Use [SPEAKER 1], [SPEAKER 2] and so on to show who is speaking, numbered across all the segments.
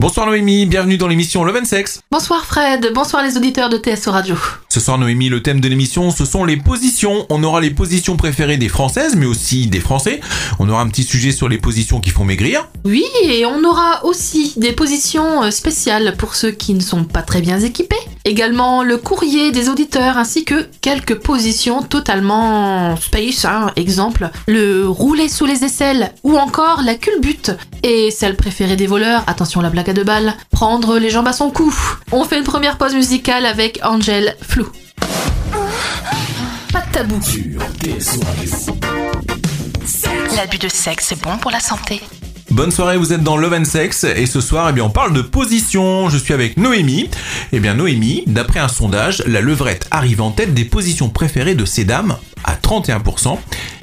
[SPEAKER 1] Bonsoir Noémie, bienvenue dans l'émission Love and Sex.
[SPEAKER 2] Bonsoir Fred, bonsoir les auditeurs de TSO Radio.
[SPEAKER 1] Ce soir Noémie, le thème de l'émission, ce sont les positions. On aura les positions préférées des Françaises, mais aussi des Français. On aura un petit sujet sur les positions qui font maigrir.
[SPEAKER 2] Oui, et on aura aussi des positions euh, spéciales pour ceux qui ne sont pas très bien équipés. Également le courrier des auditeurs ainsi que quelques positions totalement space, hein, exemple le rouler sous les aisselles ou encore la culbute. Et celle préférée des voleurs, attention la blague à deux balles, prendre les jambes à son cou. On fait une première pause musicale avec Angel Flou. Pas de tabou.
[SPEAKER 3] L'abus de sexe est bon pour la santé.
[SPEAKER 1] Bonne soirée, vous êtes dans Love and Sex et ce soir, eh bien, on parle de positions. Je suis avec Noémie. Eh bien Noémie, d'après un sondage, la levrette arrive en tête des positions préférées de ces dames à 31%,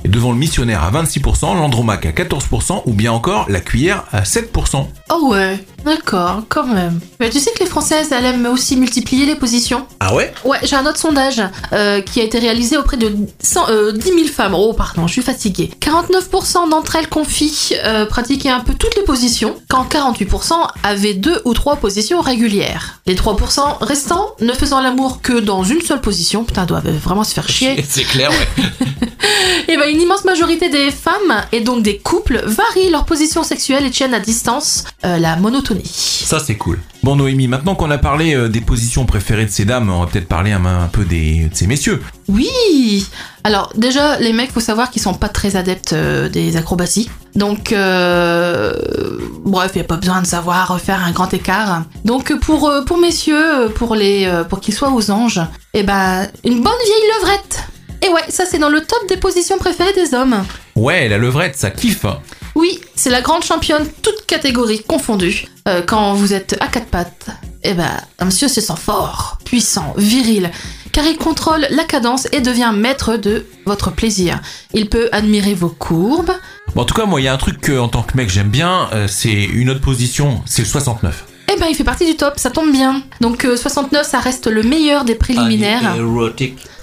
[SPEAKER 1] et devant le missionnaire à 26%, l'andromaque à 14% ou bien encore la cuillère à 7%.
[SPEAKER 2] Oh ouais, d'accord, quand même. Mais tu sais que les Françaises, elles aiment aussi multiplier les positions
[SPEAKER 1] Ah ouais
[SPEAKER 2] Ouais, j'ai un autre sondage euh, qui a été réalisé auprès de 100, euh, 10 000 femmes. Oh, pardon, je suis fatiguée. 49% d'entre elles confient euh, pratiquer un peu toutes les positions, quand 48% avaient deux ou trois positions régulières. Les 3% restants ne faisant l'amour que dans une seule position, putain, doivent vraiment se faire chier.
[SPEAKER 1] C'est clair, ouais.
[SPEAKER 2] Et ben une immense majorité des femmes et donc des couples varient leur position sexuelle et tiennent à distance euh, la monotonie.
[SPEAKER 1] Ça, c'est cool. Bon, Noémie, maintenant qu'on a parlé euh, des positions préférées de ces dames, on va peut-être parler un, un peu des, de ces messieurs.
[SPEAKER 2] Oui Alors déjà les mecs faut savoir qu'ils sont pas très adeptes euh, des acrobaties. Donc euh, bref, il a pas besoin de savoir euh, faire un grand écart. Donc pour euh, pour messieurs, euh, pour les euh, pour qu'ils soient aux anges, eh ben une bonne vieille levrette. Et ouais, ça c'est dans le top des positions préférées des hommes.
[SPEAKER 1] Ouais, la levrette, ça kiffe.
[SPEAKER 2] Oui, c'est la grande championne, toute catégorie confondue. Euh, quand vous êtes à quatre pattes, eh ben, un monsieur se sent fort, puissant, viril, car il contrôle la cadence et devient maître de votre plaisir. Il peut admirer vos courbes.
[SPEAKER 1] Bon, en tout cas, moi, il y a un truc que, en tant que mec, j'aime bien, euh, c'est une autre position, c'est le 69.
[SPEAKER 2] Eh ben, il fait partie du top, ça tombe bien. Donc, euh, 69, ça reste le meilleur des
[SPEAKER 1] Ah,
[SPEAKER 2] préliminaires.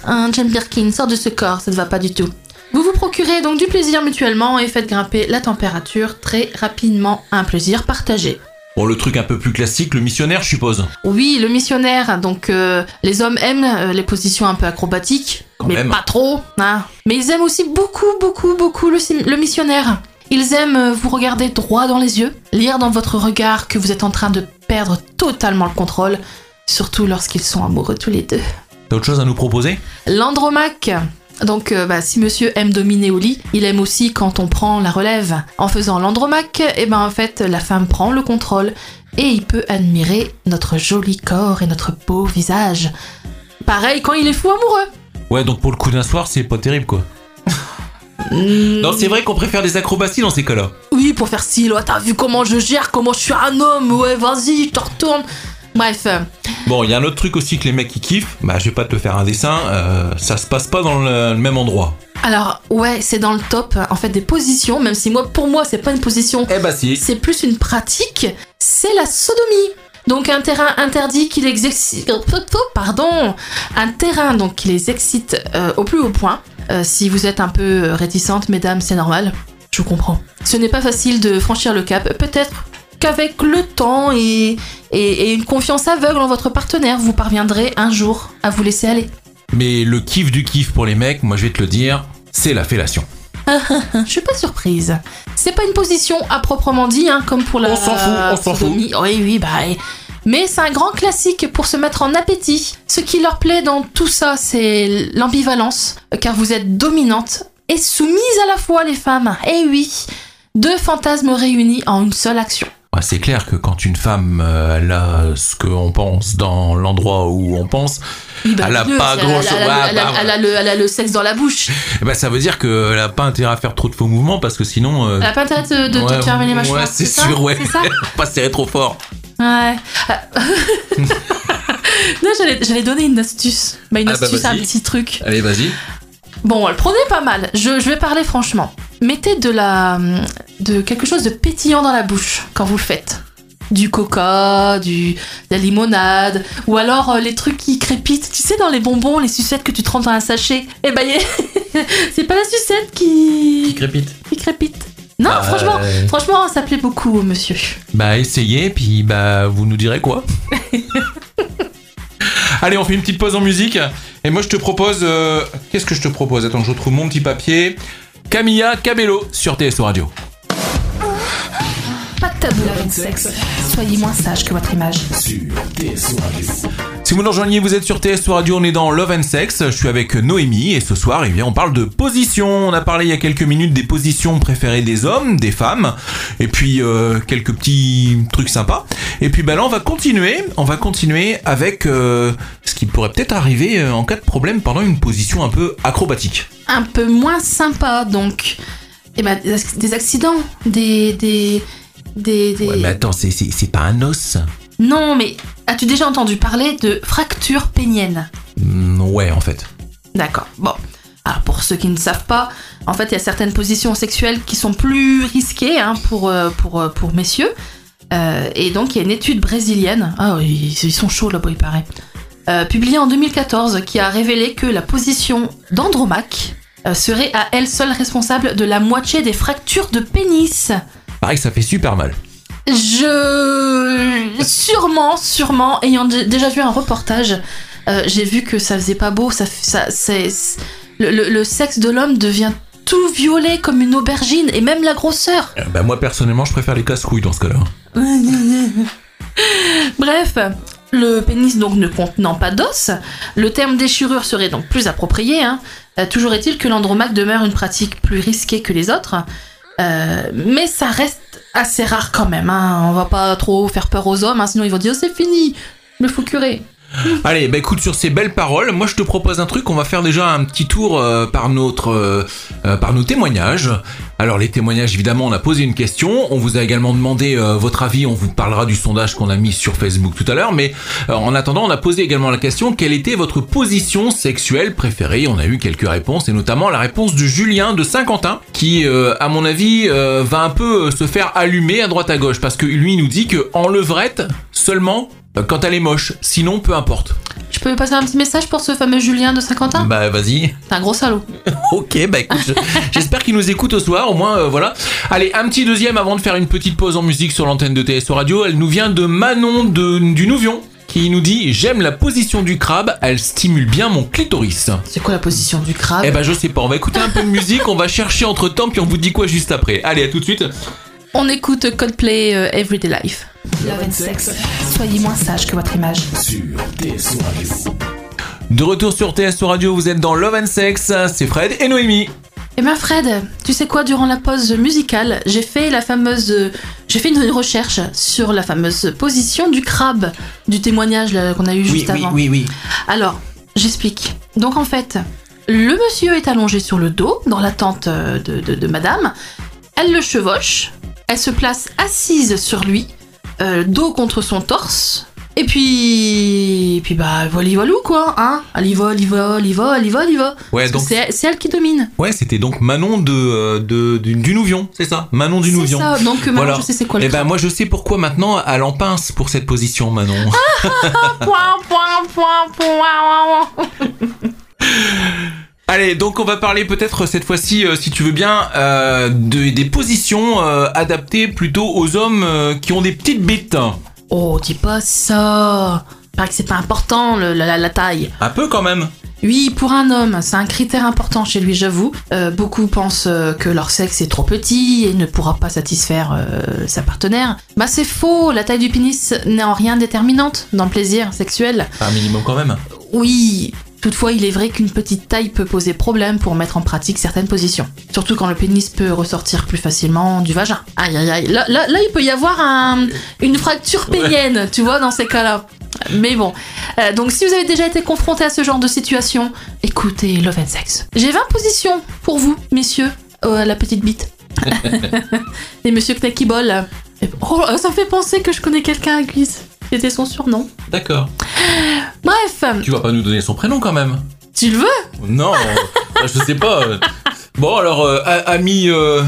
[SPEAKER 2] Un Jane Birkin sort de ce corps, ça ne va pas du tout. Vous vous procurez donc du plaisir mutuellement et faites grimper la température très rapidement. Un plaisir partagé.
[SPEAKER 1] Bon, le truc un peu plus classique, le missionnaire, je suppose.
[SPEAKER 2] Oui, le missionnaire. Donc, euh, les hommes aiment euh, les positions un peu acrobatiques,
[SPEAKER 1] Quand
[SPEAKER 2] mais
[SPEAKER 1] même.
[SPEAKER 2] pas trop. hein. Mais ils aiment aussi beaucoup, beaucoup, beaucoup le, sim- le missionnaire. Ils aiment euh, vous regarder droit dans les yeux, lire dans votre regard que vous êtes en train de perdre totalement le contrôle, surtout lorsqu'ils sont amoureux tous les deux.
[SPEAKER 1] T'as autre chose à nous proposer
[SPEAKER 2] L'andromaque. Donc, euh, bah, si monsieur aime dominer au lit, il aime aussi quand on prend la relève. En faisant l'andromaque, eh ben, en fait, la femme prend le contrôle et il peut admirer notre joli corps et notre beau visage. Pareil quand il est fou amoureux.
[SPEAKER 1] Ouais, donc pour le coup d'un soir, c'est pas terrible, quoi.
[SPEAKER 2] Mm.
[SPEAKER 1] Non, c'est vrai qu'on préfère des acrobaties dans ces cas-là.
[SPEAKER 2] Oui, pour faire style. Oh, T'as vu comment je gère, comment je suis un homme. Ouais, vas-y, je te retourne. Bref, euh,
[SPEAKER 1] Bon, il y a un autre truc aussi que les mecs qui kiffent, bah je vais pas te faire un dessin, euh, ça se passe pas dans le, le même endroit.
[SPEAKER 2] alors ouais, c'est dans le top en fait des positions, même si moi pour moi c'est pas une position
[SPEAKER 1] Eh bah si.
[SPEAKER 2] c'est plus une pratique, c'est la sodomie. Donc un terrain interdit qui les exercite, pardon, un terrain donc qui les excite euh, au plus haut point. Euh, si vous êtes un peu euh, réticente, mesdames, c'est normal. Je vous comprends. Ce n'est pas facile de franchir le cap. Peut-être qu'avec le temps et, et- et une confiance aveugle en votre partenaire, vous parviendrez un jour à vous laisser aller.
[SPEAKER 1] Mais le kiff du kiff pour les mecs, moi je vais te le dire, c'est la fellation.
[SPEAKER 2] Je suis pas surprise. C'est pas une position à proprement dit, hein, comme pour la.
[SPEAKER 1] On s'en fout, on s'en fout.
[SPEAKER 2] sodomie. Oui, oui, bah. eh. Mais c'est un grand classique pour se mettre en appétit. Ce qui leur plaît dans tout ça, c'est l'ambivalence, car vous êtes dominante et soumise à la fois, les femmes. Eh oui, deux fantasmes réunis en une seule action.
[SPEAKER 1] Ouais, c'est clair que quand une femme euh, elle a ce qu'on pense dans l'endroit où on pense,
[SPEAKER 2] Oui, bah,
[SPEAKER 1] Elle a
[SPEAKER 2] Dieu,
[SPEAKER 1] pas
[SPEAKER 2] elle
[SPEAKER 1] gros-
[SPEAKER 2] elle a- elle a-
[SPEAKER 1] Ah,
[SPEAKER 2] elle a-
[SPEAKER 1] bah,
[SPEAKER 2] elle a le- elle a le sexe dans la bouche.
[SPEAKER 1] eh ben, ça veut dire qu'elle a pas intérêt à faire trop de faux mouvements parce que sinon, euh,
[SPEAKER 2] Elle a pas intérêt Ah, de, de
[SPEAKER 1] Ouais,
[SPEAKER 2] te fermer les
[SPEAKER 1] ouais,
[SPEAKER 2] mâchoires.
[SPEAKER 1] c'est
[SPEAKER 2] ça
[SPEAKER 1] sûr, ouais.
[SPEAKER 2] C'est ça
[SPEAKER 1] pas serrer trop fort.
[SPEAKER 2] Ouais. Ah. non, j'allais, j'allais donner une astuce. Bah, une
[SPEAKER 1] Ah, bah,
[SPEAKER 2] astuce, un
[SPEAKER 1] vas-y.
[SPEAKER 2] petit truc.
[SPEAKER 1] Allez, vas-y.
[SPEAKER 2] Bon, le prenez pas mal. Je, je vais parler franchement. Mettez de la. de quelque chose de pétillant dans la bouche quand vous le faites. Du coca, du, de la limonade, ou alors euh, les trucs qui crépitent. Tu sais, dans les bonbons, les sucettes que tu trempes dans un sachet. Eh ben, y a- c'est pas la sucette qui.
[SPEAKER 1] crépite.
[SPEAKER 2] qui crépite. Non,
[SPEAKER 1] Ah,
[SPEAKER 2] franchement,
[SPEAKER 1] euh.
[SPEAKER 2] franchement, ça plaît beaucoup, monsieur.
[SPEAKER 1] Bah essayez, puis bah vous nous direz quoi. Allez, on fait une petite pause en musique. Et moi je te propose... euh, Qu'est-ce que je te propose Attends, je retrouve mon petit papier. Camilla Cabello sur TSO Radio.
[SPEAKER 2] Pas de tabou avec le sexe. Soyez moins sage que votre image.
[SPEAKER 1] Si vous nous rejoignez, vous êtes sur TSO Radio, on est dans Love and Sex, je suis avec Noémie et ce soir, eh bien, on parle de position. On a parlé il y a quelques minutes des positions préférées des hommes, des femmes, et puis euh, quelques petits trucs sympas. Et puis bah là, on va continuer, on va continuer avec euh, ce qui pourrait peut-être arriver euh, en cas de problème pendant une position un peu acrobatique.
[SPEAKER 2] Un peu moins sympa, donc. Eh ben, des ac- des accidents, des. des. des. des-
[SPEAKER 1] attends, c'est pas un os
[SPEAKER 2] Non, mais as-tu déjà entendu parler de fracture pénienne
[SPEAKER 1] Mm, Ouais, en fait.
[SPEAKER 2] D'accord, bon. Alors, pour ceux qui ne savent pas, en fait, il y a certaines positions sexuelles qui sont plus risquées hein, pour, euh, pour, euh, pour messieurs. Euh, et donc, il y a une étude brésilienne, ah, ils, ils sont chauds là-bas, il paraît, euh, publiée en 2014, qui a révélé que la position d'Andromaque euh, serait à elle seule responsable de la moitié des fractures de pénis.
[SPEAKER 1] Pareil, ça fait super mal.
[SPEAKER 2] Je. Sûrement, sûrement, ayant d- déjà vu un reportage, euh, j'ai vu que ça faisait pas beau. Ça, f- ça, c'est- c'est- le, le- le sexe de l'homme devient tout violet comme une aubergine et même la grosseur.
[SPEAKER 1] Euh, Bah moi, personnellement, je préfère les casse-couilles dans ce cas-là.
[SPEAKER 2] Bref, le pénis donc ne contenant pas d'os, le terme déchirure serait donc plus approprié. hein. Euh, toujours est-il que l'andromaque demeure une pratique plus risquée que les autres, Euh, mais ça reste assez rare quand même. hein. On va pas trop faire peur aux hommes, hein, sinon ils vont dire Oh, c'est fini, je me fous curer.
[SPEAKER 1] Allez, bah écoute, sur ces belles paroles, moi je te propose un truc, on va faire déjà un petit tour euh, par, notre, euh, euh, par nos témoignages. Alors les témoignages, évidemment, on a posé une question, on vous a également demandé euh, votre avis, on vous parlera du sondage qu'on a mis sur Facebook tout à l'heure, mais euh, en attendant, on a posé également la question, quelle était votre position sexuelle préférée On a eu quelques réponses, et notamment la réponse de Julien de Saint-Quentin, qui, euh, à mon avis, euh, va un peu euh, se faire allumer à droite à gauche, parce que lui il nous dit que en levrette, seulement... euh, Quand elle est moche, sinon peu importe.
[SPEAKER 2] Je peux passer un petit message pour ce fameux Julien de Saint-Quentin
[SPEAKER 1] Bah vas-y.
[SPEAKER 2] C'est un gros salaud.
[SPEAKER 1] Ok, bah écoute, je- j'espère qu'il nous écoute au soir, au moins euh, voilà. Allez, un petit deuxième avant de faire une petite pause en musique sur l'antenne de TSO Radio. Elle nous vient de Manon de, du Nouvion qui nous dit J'aime la position du crabe, elle stimule bien mon clitoris.
[SPEAKER 2] C'est quoi la position du crabe
[SPEAKER 1] Eh bah je sais pas, on va écouter un peu de musique, on va chercher entre temps, puis on vous dit quoi juste après. Allez, à tout de suite.
[SPEAKER 2] On écoute Coldplay euh, Everyday Life. Love and sex. Soyez moins sage que votre image.
[SPEAKER 1] De retour sur TSO Radio, vous êtes dans Love and Sex, c'est Fred et Noémie.
[SPEAKER 2] Eh ben Fred, tu sais quoi, durant la pause musicale, j'ai fait la fameuse. J'ai fait une recherche sur la fameuse position du crabe, du témoignage là, qu'on a eu juste avant.
[SPEAKER 1] oui, oui.
[SPEAKER 2] Alors, j'explique. Donc en fait, le monsieur est allongé sur le dos, dans l'attente euh, de, de- de madame. Elle le chevauche, elle se place assise sur lui, euh, dos contre son torse. Et puis. Et puis bah, voilà, voilou quoi, hein. Elle y va, elle y va, elle y va, elle y va, elle y va.
[SPEAKER 1] Ouais,
[SPEAKER 2] Parce que
[SPEAKER 1] donc
[SPEAKER 2] C'est c'est elle qui domine.
[SPEAKER 1] ouais, c'était donc Manon de, euh, de, du, du Nouvion, c'est ça Manon du
[SPEAKER 2] C'est
[SPEAKER 1] Nouvion.
[SPEAKER 2] ça, donc euh, maintenant
[SPEAKER 1] Voilà.
[SPEAKER 2] je sais c'est quoi le
[SPEAKER 1] Eh ben moi je sais pourquoi maintenant elle en pince pour cette position Manon.
[SPEAKER 2] Ah. Point, point, point, point, point.
[SPEAKER 1] Allez donc on va parler peut-être cette fois-ci euh, si tu veux bien euh, de- des positions euh, adaptées plutôt aux hommes euh, qui ont des petites bites.
[SPEAKER 2] Oh, dis pas ça Paraît que c'est pas important le- la, la- la taille.
[SPEAKER 1] Un peu quand même.
[SPEAKER 2] Oui, pour un homme, c'est un critère important chez lui, j'avoue. Euh, beaucoup pensent euh, que leur sexe est trop petit et ne pourra pas satisfaire euh, sa partenaire. Bah c'est faux, la taille du pénis n'est en rien déterminante dans le plaisir sexuel.
[SPEAKER 1] Enfin, Un minimum quand même.
[SPEAKER 2] Oui, toutefois, il est vrai qu'une petite taille peut poser problème pour mettre en pratique certaines positions. Surtout quand le pénis peut ressortir plus facilement du vagin. Aïe aïe aïe. Là, là, là, il peut y avoir un- une fracture pénienne, tu vois, dans ces cas-là. Mais bon. Euh, donc, si vous avez déjà été confronté à ce genre de situation, écoutez Love and Sex. J'ai 20 positions pour vous, messieurs, euh, à la petite bite. Et monsieur Knacky Ball. Oh, ça me fait penser que je connais quelqu'un à Guise. C'était son surnom.
[SPEAKER 1] D'accord.
[SPEAKER 2] Bref,
[SPEAKER 1] Tu vas pas nous donner son prénom quand même.
[SPEAKER 2] tu le veux
[SPEAKER 1] Non. euh, je sais pas. euh. Bon alors euh, a- ami euh,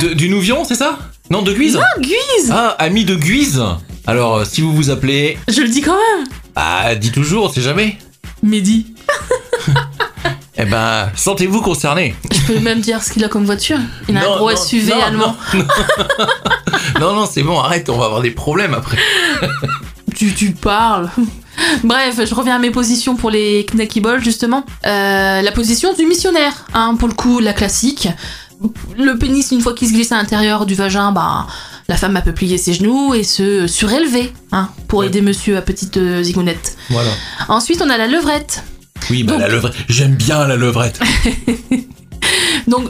[SPEAKER 1] de- du Nouvion c'est ça Non de Guise.
[SPEAKER 2] Guise
[SPEAKER 1] Ah ami de Guise. Alors euh, si vous vous appelez
[SPEAKER 2] Je le dis quand même
[SPEAKER 1] ah dis toujours c'est jamais.
[SPEAKER 2] Mehdi.
[SPEAKER 1] Eh ben, sentez-vous concerné.
[SPEAKER 2] Je peux même dire ce qu'il a comme voiture. Il a
[SPEAKER 1] Non,
[SPEAKER 2] un gros
[SPEAKER 1] non,
[SPEAKER 2] SUV
[SPEAKER 1] non,
[SPEAKER 2] allemand.
[SPEAKER 1] Non, non, non, non, c'est bon, arrête, on va avoir des problèmes après.
[SPEAKER 2] Tu, tu parles. Bref, je reviens à mes positions pour les Knacky Balls, justement. Euh, la position du missionnaire, hein, pour le coup, la classique. Le pénis, une fois qu'il se glisse à l'intérieur du vagin, bah, la femme a peut plier ses genoux et se surélever hein, pour
[SPEAKER 1] Ouais.
[SPEAKER 2] aider monsieur à petite euh, zigounette.
[SPEAKER 1] Voilà.
[SPEAKER 2] Ensuite, on a la levrette.
[SPEAKER 1] Oui, bah
[SPEAKER 2] Donc-
[SPEAKER 1] la levrette. J'aime bien la levrette.
[SPEAKER 2] Donc,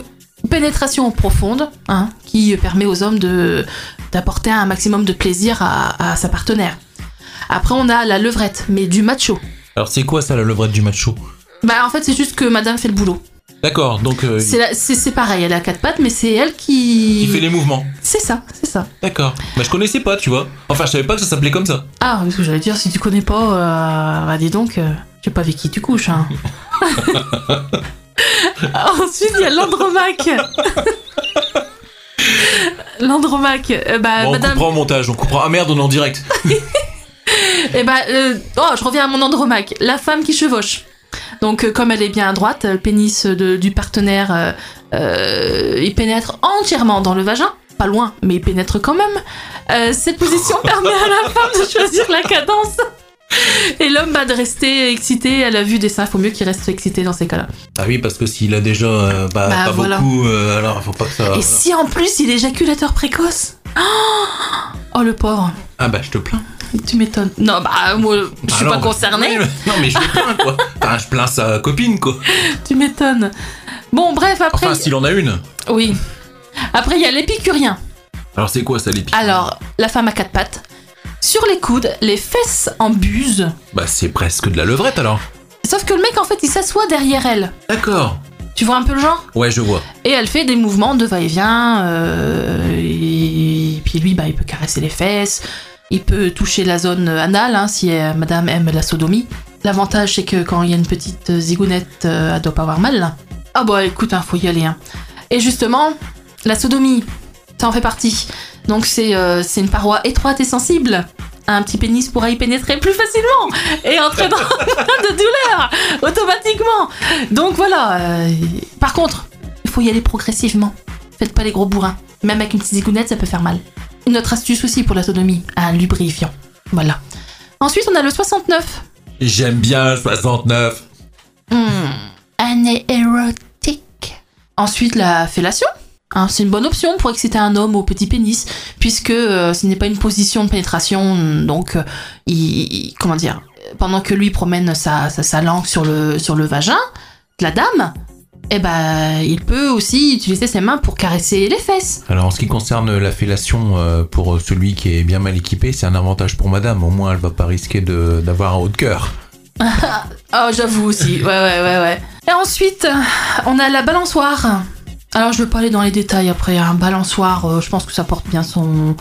[SPEAKER 2] pénétration profonde, hein, qui permet aux hommes de d'apporter un maximum de plaisir à, à sa partenaire. Après, on a la levrette, mais du macho.
[SPEAKER 1] Alors, c'est quoi ça, la levrette du macho
[SPEAKER 2] Bah, en fait, c'est juste que madame fait le boulot.
[SPEAKER 1] D'accord, donc euh,
[SPEAKER 2] C'est la- C'est c'est pareil, elle a quatre pattes, mais c'est elle qui.
[SPEAKER 1] il fait les mouvements.
[SPEAKER 2] C'est ça, c'est ça.
[SPEAKER 1] D'accord. Bah, je connaissais pas, tu vois. Enfin, je savais pas que ça s'appelait comme ça.
[SPEAKER 2] Ah, parce que j'allais dire, si tu connais pas, euh, bah dis donc, euh, je sais pas avec qui tu couches. Hein. Ensuite, il y a l'andromaque. l'andromaque, euh, bah,
[SPEAKER 1] Bon, on
[SPEAKER 2] madame.
[SPEAKER 1] comprend au montage, on comprend. Ah merde, on est en direct.
[SPEAKER 2] Eh ben, euh, oh, je reviens à mon andromaque, la femme qui chevauche. Donc, euh, comme elle est bien à droite, le pénis euh, de- du partenaire, euh, euh, il pénètre entièrement dans le vagin, pas loin, mais il pénètre quand même. Euh, cette position permet à la femme de choisir la cadence. Et l'homme va de rester excité à la vue des seins. Faut mieux qu'il reste excité dans ces cas-là.
[SPEAKER 1] Ah oui, parce que s'il a déjà euh, bah,
[SPEAKER 2] Bah,
[SPEAKER 1] pas
[SPEAKER 2] voilà.
[SPEAKER 1] beaucoup, euh, alors faut pas que ça.
[SPEAKER 2] Et si en plus il est éjaculateur précoce Oh, oh, le pauvre.
[SPEAKER 1] Ah bah, je te plains.
[SPEAKER 2] Tu m'étonnes. Non, bah moi, je
[SPEAKER 1] Ah
[SPEAKER 2] suis
[SPEAKER 1] non,
[SPEAKER 2] pas
[SPEAKER 1] bah,
[SPEAKER 2] concernée.
[SPEAKER 1] ouais, Non, mais je le plains, quoi. Enfin, je plains sa copine, quoi.
[SPEAKER 2] Tu m'étonnes. Bon, bref, après.
[SPEAKER 1] Enfin, s'il en a une.
[SPEAKER 2] Oui. Après, il y a l'épicurien.
[SPEAKER 1] Alors, c'est quoi ça, l'épique
[SPEAKER 2] Alors, la femme à quatre pattes. Sur les coudes, les fesses en buse.
[SPEAKER 1] Bah, c'est presque de la levrette, alors.
[SPEAKER 2] Sauf que le mec, en fait, il s'assoit derrière elle.
[SPEAKER 1] D'accord.
[SPEAKER 2] Tu vois un peu le genre
[SPEAKER 1] Ouais, je vois.
[SPEAKER 2] Et elle fait des mouvements de va-et-vient. euh, et puis lui, bah, il peut caresser les fesses. Il peut toucher la zone anale hein, si euh, madame aime la sodomie. L'avantage, c'est que quand il y a une petite zigounette, euh, elle doit pas avoir mal. là. Ah bah écoute, hein, faut y aller. hein. Et justement, la sodomie, ça en fait partie. Donc c'est euh, c'est une paroi étroite et sensible. Un petit pénis pourra y pénétrer plus facilement et entrer dans de douleur automatiquement. Donc voilà. euh, Par contre, il faut y aller progressivement. Faites pas les gros bourrins. Même avec une petite zigounette, ça peut faire mal. Une autre astuce aussi pour la sodomie, un lubrifiant. Voilà. Ensuite, on a le 69.
[SPEAKER 1] J'aime bien 69.
[SPEAKER 2] Hmm, année érotique. Ensuite, la fellation. Hein, c'est une bonne option pour exciter un homme au petit pénis, puisque euh, ce n'est pas une position de pénétration, donc euh, il, il- comment dire, euh, pendant que lui promène sa, sa, sa langue sur le, sur le vagin de la dame, eh ben, il peut aussi utiliser ses mains pour caresser les fesses.
[SPEAKER 1] Alors, en ce qui concerne la fellation, euh, pour celui qui est bien mal équipé, c'est un avantage pour madame. Au moins, elle va pas risquer de- d'avoir un haut de cœur.
[SPEAKER 2] Oh, j'avoue aussi. Ouais, ouais, ouais, ouais. Et ensuite, on a la balançoire. Alors, je vais pas aller dans les détails après. Un balançoire, euh, je pense que ça porte bien son,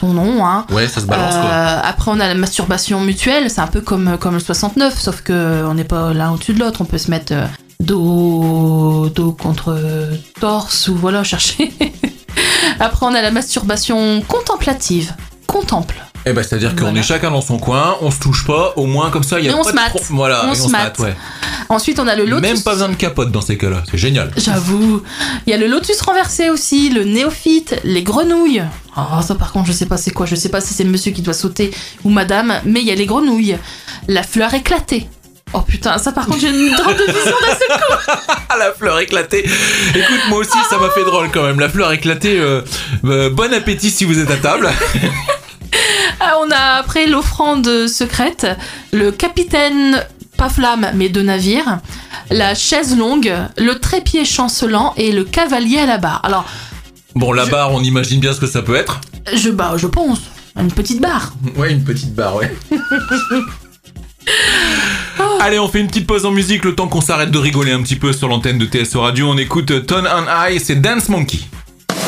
[SPEAKER 2] son nom. Hein.
[SPEAKER 1] Ouais, ça se
[SPEAKER 2] Euh, après, on a la masturbation mutuelle. C'est un peu comme, euh, comme le 69, sauf que euh, on n'est pas l'un au-dessus de l'autre. On peut se mettre euh, dos, dos contre euh, torse ou voilà, chercher. après, on a la masturbation contemplative. Contemple.
[SPEAKER 1] Eh ben, c'est-à-dire qu'on
[SPEAKER 2] Voilà.
[SPEAKER 1] est chacun dans son coin, on se touche pas, au moins comme ça, il y a
[SPEAKER 2] Et
[SPEAKER 1] pas
[SPEAKER 2] on se
[SPEAKER 1] de
[SPEAKER 2] mate.
[SPEAKER 1] pro- Voilà,
[SPEAKER 2] On
[SPEAKER 1] et
[SPEAKER 2] se
[SPEAKER 1] on se mate,
[SPEAKER 2] mate.
[SPEAKER 1] ouais.
[SPEAKER 2] Ensuite, on a le lotus.
[SPEAKER 1] Même pas besoin de capote dans ces cas-là, c'est génial.
[SPEAKER 2] J'avoue. Il y a le lotus renversé aussi, le néophyte, les grenouilles. Oh, ça par contre, je sais pas c'est quoi, je sais pas si c'est monsieur qui doit sauter ou madame, mais il y a les grenouilles. La fleur éclatée. Oh putain, ça par contre, j'ai une drôle de vision de ce-
[SPEAKER 1] Ah, la fleur éclatée Écoute, moi aussi, ça m'a fait drôle quand même. La fleur éclatée, euh, euh, bon appétit si vous êtes à table.
[SPEAKER 2] Ah, on a après l'offrande secrète, le capitaine, pas flamme, mais de navire, la chaise longue, le trépied chancelant et le cavalier à la barre. Alors,
[SPEAKER 1] Bon, la
[SPEAKER 2] Je-
[SPEAKER 1] barre, on imagine bien ce que ça peut être.
[SPEAKER 2] je, bah, je pense, une petite barre.
[SPEAKER 1] Ouais, une petite barre, ouais. Allez, on fait une petite pause en musique, le temps qu'on s'arrête de rigoler un petit peu sur l'antenne de TSO Radio. On écoute Ton and I, c'est Dance Monkey.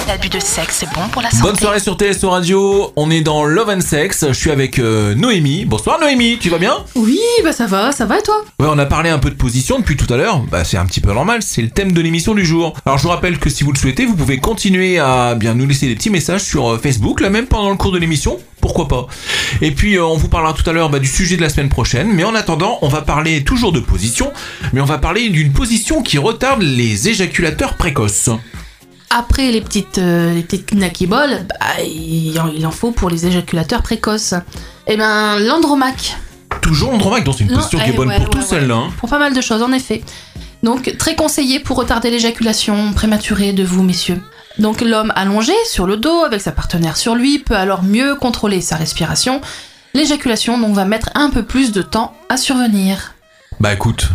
[SPEAKER 3] L'abus de sexe c'est bon pour la santé.
[SPEAKER 1] Bonne soirée sur TSO Radio, on est dans Love and Sex, je suis avec euh, Noémie. Bonsoir Noémie, tu vas bien
[SPEAKER 2] Oui, bah ça va, ça va et toi
[SPEAKER 1] Ouais, on a parlé un peu de position depuis tout à l'heure. Bah, c'est un petit peu normal, c'est le thème de l'émission du jour. Alors, je vous rappelle que si vous le souhaitez, vous pouvez continuer à bien nous laisser des petits messages sur euh, Facebook, là même pendant le cours de l'émission. pourquoi pas. Et puis euh, on vous parlera tout à l'heure bah, du sujet de la semaine prochaine, mais en attendant, on va parler toujours de position, mais on va parler d'une position qui retarde les éjaculateurs précoces.
[SPEAKER 2] Après les petites, euh, les petites knacky balls, bah, il, en, il en faut pour les éjaculateurs précoces. Et ben l'andromaque,
[SPEAKER 1] Toujours Andromaque, donc c'est une
[SPEAKER 2] Non,
[SPEAKER 1] position qui est
[SPEAKER 2] eh,
[SPEAKER 1] bonne
[SPEAKER 2] ouais,
[SPEAKER 1] pour
[SPEAKER 2] ouais,
[SPEAKER 1] tout
[SPEAKER 2] ouais.
[SPEAKER 1] celle-là. hein.
[SPEAKER 2] pour pas mal de choses en effet. Donc très conseillé pour retarder l'éjaculation prématurée de vous messieurs. Donc l'homme allongé sur le dos avec sa partenaire sur lui peut alors mieux contrôler sa respiration. L'éjaculation donc va mettre un peu plus de temps à survenir.
[SPEAKER 1] Bah écoute,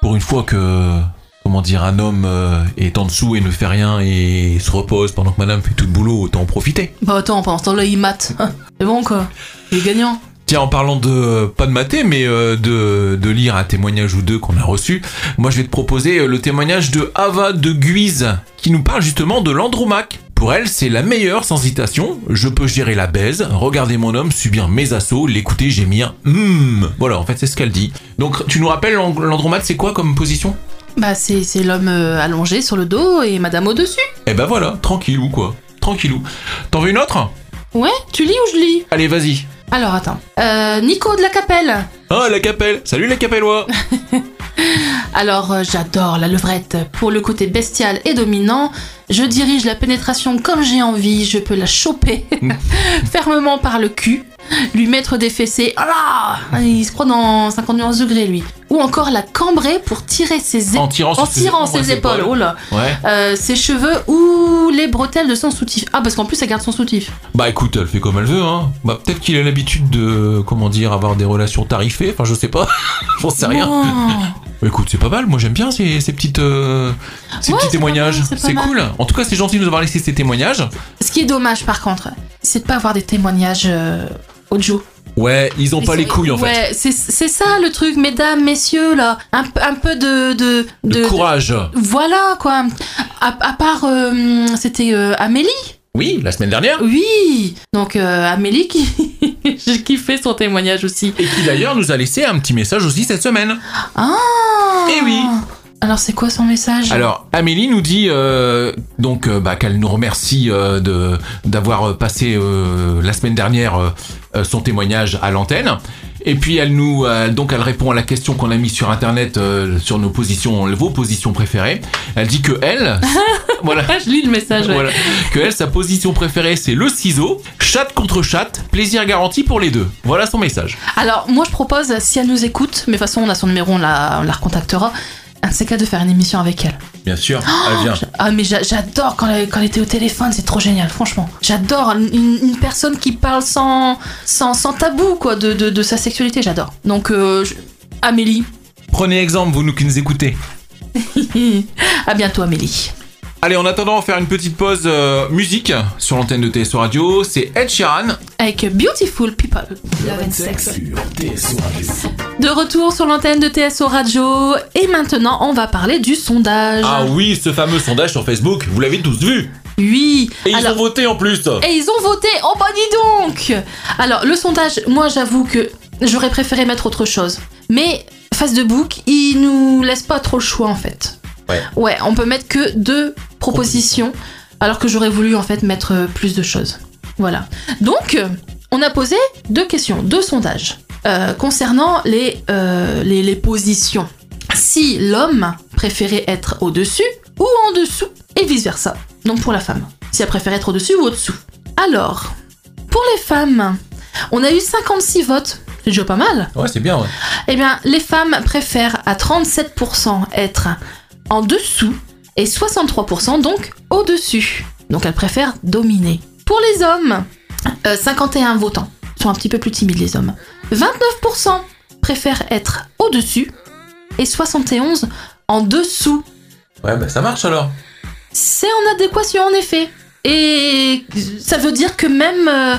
[SPEAKER 1] pour une fois que comment dire un homme euh, est en dessous et ne fait rien et se repose pendant que madame fait tout le boulot, autant en profiter.
[SPEAKER 2] Bah attends, pendant ce temps-là il mate. C'est bon quoi, il est gagnant.
[SPEAKER 1] Tiens, en parlant de pas de mater, mais euh, de, de lire un témoignage ou deux qu'on a reçu, moi je vais te proposer euh, le témoignage de Ava de Guise, qui nous parle justement de l'andromaque. Pour elle, c'est la meilleure sans hésitation. Je peux gérer la baise, regarder mon homme subir mes assauts, l'écouter gémir. Hum. Voilà, en fait, c'est ce qu'elle dit. Donc, tu nous rappelles l'an- l'andromate, c'est quoi comme position
[SPEAKER 2] Bah c'est c'est l'homme euh, allongé sur le dos et madame au-dessus.
[SPEAKER 1] Eh ben voilà, tranquillou quoi. Tranquillou. T'en veux une autre
[SPEAKER 2] Ouais, tu lis ou je lis
[SPEAKER 1] Allez, vas-y.
[SPEAKER 2] Alors attends. Euh, Nico de la Capelle.
[SPEAKER 1] Ah, la capelle Salut la capellois
[SPEAKER 2] Alors euh, j'adore la levrette. Pour le côté bestial et dominant, je dirige la pénétration comme j'ai envie, je peux la choper fermement par le cul, lui mettre des fessées. Ah là Il se croit dans 50 nuances degrés lui. Ou encore la cambrer pour tirer ses épaules.
[SPEAKER 1] En tirant,
[SPEAKER 2] En
[SPEAKER 1] sur
[SPEAKER 2] tirant ses épaules, oh là.
[SPEAKER 1] Ouais.
[SPEAKER 2] Euh, ses cheveux ou les bretelles de son soutif. Ah, parce qu'en plus, elle garde son soutif.
[SPEAKER 1] Bah écoute, elle fait comme elle veut, hein. Bah peut-être qu'il a l'habitude de, comment dire, avoir des relations tarifées, enfin je sais pas, j'en sais rien.
[SPEAKER 2] Bon.
[SPEAKER 1] Mais écoute, c'est pas mal, moi j'aime bien ces, ces petites, euh, ces
[SPEAKER 2] Ouais,
[SPEAKER 1] petits
[SPEAKER 2] c'est
[SPEAKER 1] témoignages,
[SPEAKER 2] pas mal, c'est pas
[SPEAKER 1] c'est
[SPEAKER 2] mal.
[SPEAKER 1] cool. En tout cas, c'est gentil de nous avoir laissé ces témoignages.
[SPEAKER 2] Ce qui est dommage par contre, c'est de pas avoir des témoignages euh, audio.
[SPEAKER 1] Ouais, ils ont pas les
[SPEAKER 2] Ils sont-
[SPEAKER 1] couilles en fait.
[SPEAKER 2] Ouais, c'est- c'est ça le truc, mesdames, messieurs, là. Un, p- un peu de. de,
[SPEAKER 1] De
[SPEAKER 2] de-
[SPEAKER 1] courage.
[SPEAKER 2] Voilà, quoi. À, à part. euh, C'était euh, Amélie
[SPEAKER 1] Oui, la semaine dernière.
[SPEAKER 2] Oui Donc euh, Amélie qui. J'ai kiffé son témoignage aussi.
[SPEAKER 1] Et qui d'ailleurs nous a laissé un petit message aussi cette semaine.
[SPEAKER 2] Ah
[SPEAKER 1] Eh oui.
[SPEAKER 2] Alors c'est quoi son message
[SPEAKER 1] Alors Amélie nous dit euh, donc euh, bah, qu'elle nous remercie euh, de d'avoir euh, passé euh, la semaine dernière euh, euh, son témoignage à l'antenne. Et puis elle nous euh, donc elle répond à la question qu'on a mise sur internet euh, sur nos positions vos positions préférées. Elle dit que elle voilà.
[SPEAKER 2] Ah, je lis le message. ouais.
[SPEAKER 1] Voilà. Que elle, sa position préférée, c'est le ciseau, chatte contre chatte, plaisir garanti pour les deux. Voilà son message.
[SPEAKER 2] Alors, moi, je propose, si elle nous écoute, mais de toute façon, on a son numéro, on la, on la recontactera, un de ces cas de faire une émission avec elle.
[SPEAKER 1] Bien sûr, elle vient.
[SPEAKER 2] Ah, mais j'a- j'adore quand, elle- quand elle était au téléphone, c'est trop génial, franchement. J'adore une, une personne qui parle sans, sans, sans tabou, quoi, de, de, de sa sexualité, j'adore. Donc, euh, je- Amélie.
[SPEAKER 1] Prenez exemple, vous nous qui nous écoutez.
[SPEAKER 2] à bientôt, Amélie.
[SPEAKER 1] Allez, en attendant, on va faire une petite pause euh, musique sur l'antenne de TSO Radio. C'est Ed Sheeran.
[SPEAKER 2] Avec Beautiful People. Love and Sex. De retour sur l'antenne de TSO Radio. Et maintenant, on va parler du sondage.
[SPEAKER 1] Ah oui, ce fameux sondage sur Facebook, vous l'avez tous vu.
[SPEAKER 2] oui.
[SPEAKER 1] Et ils
[SPEAKER 2] Alors-
[SPEAKER 1] ont voté en plus.
[SPEAKER 2] Et ils ont voté Oh bah dis donc Alors le sondage, moi j'avoue que j'aurais préféré mettre autre chose. Mais face de book, ils nous laissent pas trop le choix en fait.
[SPEAKER 1] Ouais.
[SPEAKER 2] Ouais, on peut mettre que deux propositions, alors que j'aurais voulu en fait mettre euh, plus de choses. Voilà. Donc, euh, on a posé deux questions, deux sondages euh, concernant les, euh, les, les positions. Si l'homme préférait être au-dessus ou en dessous, et vice-versa. Donc pour la femme, si elle préférait être au-dessus ou au-dessous. Alors, pour les femmes, on a eu 56 votes, c'est déjà pas mal.
[SPEAKER 1] Ouais, c'est bien. Ouais.
[SPEAKER 2] Eh bien, les femmes préfèrent à 37% être en dessous et 63% donc au-dessus. Donc elles préfèrent dominer. Pour les hommes, euh, 51 votants Ils sont un petit peu plus timides les hommes. 29% préfèrent être au-dessus et 71 en dessous.
[SPEAKER 1] Ouais, bah ça marche alors.
[SPEAKER 2] C'est en adéquation en effet. Et ça veut dire que même, euh,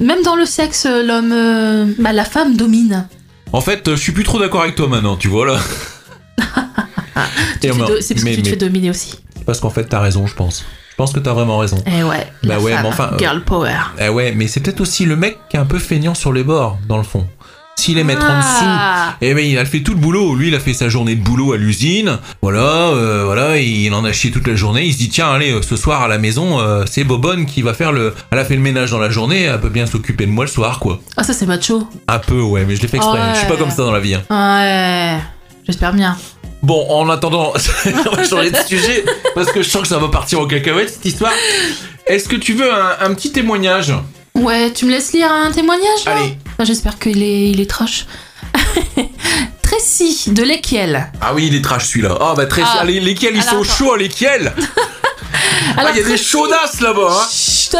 [SPEAKER 2] même dans le sexe, l'homme, euh, bah, la femme domine.
[SPEAKER 1] En fait, euh, je suis plus trop d'accord avec toi maintenant, tu vois là.
[SPEAKER 2] Tu te
[SPEAKER 1] Et
[SPEAKER 2] fais
[SPEAKER 1] on-
[SPEAKER 2] do- C'est parce
[SPEAKER 1] mais-
[SPEAKER 2] que tu te
[SPEAKER 1] mais-
[SPEAKER 2] fais dominer aussi.
[SPEAKER 1] parce qu'en fait, t'as raison, je pense. Je pense que t'as vraiment raison.
[SPEAKER 2] Eh ouais.
[SPEAKER 1] Bah
[SPEAKER 2] la
[SPEAKER 1] ouais,
[SPEAKER 2] femme,
[SPEAKER 1] mais enfin, euh,
[SPEAKER 2] Girl power.
[SPEAKER 1] Eh ouais, mais c'est peut-être aussi le mec qui est un peu feignant sur les bords, dans le fond. Si aussi les mettre en dessous.
[SPEAKER 2] Ah,
[SPEAKER 1] Eh ben, il a fait tout le boulot. Lui, il a fait sa journée de boulot à l'usine. Voilà, euh, voilà, il en a chié toute la journée. Il se dit tiens, allez, euh, ce soir à la maison, euh, c'est Bobonne qui va faire le. Elle a fait le ménage dans la journée. Elle peut bien s'occuper de moi le soir, quoi.
[SPEAKER 2] Ah, ça, c'est macho.
[SPEAKER 1] Un peu, ouais, mais je l'ai fait exprès.
[SPEAKER 2] Ouais.
[SPEAKER 1] Je suis pas comme ça dans la vie. hein.
[SPEAKER 2] Ouais. J'espère bien.
[SPEAKER 1] Bon, en attendant, on va changer de sujet parce que je sens que ça va partir en cacahuète cette histoire. Est-ce que tu veux un, un petit témoignage
[SPEAKER 2] Ouais, tu me laisses lire un témoignage là
[SPEAKER 1] Allez.
[SPEAKER 2] Enfin, J'espère qu'il est, il est trash. Tracy de l'Equiel.
[SPEAKER 1] Ah oui, il est trash celui-là. Ah bah très.
[SPEAKER 2] Ah.
[SPEAKER 1] Allez, lesquels ils
[SPEAKER 2] Alors,
[SPEAKER 1] sont
[SPEAKER 2] attends.
[SPEAKER 1] chauds, lesquels Ah, il y a des
[SPEAKER 2] Tracy-
[SPEAKER 1] chaudasses là-bas. hein.
[SPEAKER 2] Chut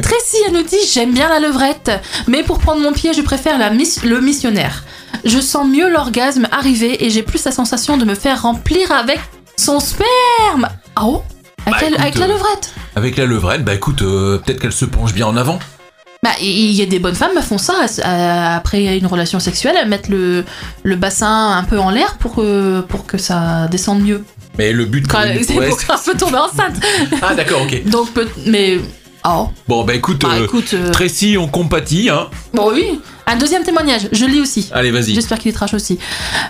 [SPEAKER 2] Tracy, elle nous dit J'aime bien la levrette, mais pour prendre mon pied, je préfère la miss- le missionnaire. Je sens mieux l'orgasme arriver et j'ai plus la sensation de me faire remplir avec son sperme. Ah oh
[SPEAKER 1] Bah,
[SPEAKER 2] avec, la-
[SPEAKER 1] écoute,
[SPEAKER 2] avec la
[SPEAKER 1] euh,
[SPEAKER 2] levrette
[SPEAKER 1] Avec la levrette, bah écoute, euh, peut-être qu'elle se penche bien en avant.
[SPEAKER 2] Bah, il y a des bonnes femmes qui font ça à- à- après une relation sexuelle, elles mettent le, le bassin un peu en l'air pour que, pour que ça descende mieux.
[SPEAKER 1] Mais le but
[SPEAKER 2] Quand-
[SPEAKER 1] quand même,
[SPEAKER 2] Ah, c'est
[SPEAKER 1] ouais,
[SPEAKER 2] pour un peu tomber enceinte.
[SPEAKER 1] c'est- Ah d'accord, ok.
[SPEAKER 2] Donc, peut- mais. Oh,
[SPEAKER 1] Bon bah écoute,
[SPEAKER 2] bah
[SPEAKER 1] euh,
[SPEAKER 2] écoute. euh,
[SPEAKER 1] Tracy, on compatit, hein.
[SPEAKER 2] Bon, oui. Un deuxième témoignage, je lis aussi.
[SPEAKER 1] Allez, vas-y.
[SPEAKER 2] J'espère qu'il est trash aussi.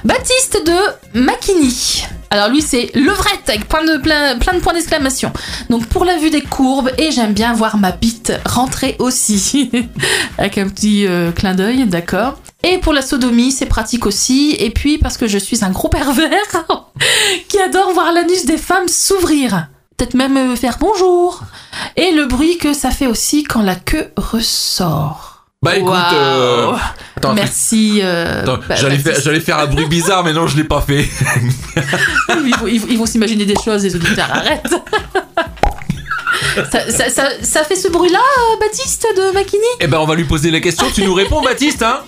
[SPEAKER 2] Baptiste de Makini. Alors lui c'est levrette avec plein de, plein, plein de points d'exclamation. Donc pour la vue des courbes et j'aime bien voir ma bite rentrer aussi. avec un petit euh, clin d'œil, d'accord. Et pour la sodomie c'est pratique aussi. Et puis parce que je suis un gros pervers qui adore voir l'anus des femmes s'ouvrir. Peut-être même euh, faire bonjour. Et le bruit que ça fait aussi quand la queue ressort.
[SPEAKER 1] Bah écoute,
[SPEAKER 2] Waouh.
[SPEAKER 1] euh, attends,
[SPEAKER 2] Merci. euh,
[SPEAKER 1] attends,
[SPEAKER 2] bah,
[SPEAKER 1] j'allais
[SPEAKER 2] Baptiste.
[SPEAKER 1] faire, j'allais faire un bruit bizarre, mais non, je l'ai pas fait.
[SPEAKER 2] ils vont, ils vont- ils vont s'imaginer des choses, les auditeurs, arrête ça, ça- ça- ça fait ce bruit-là, euh, Baptiste de Makini
[SPEAKER 1] Eh ben, on va lui poser la question. Tu nous réponds, Baptiste, hein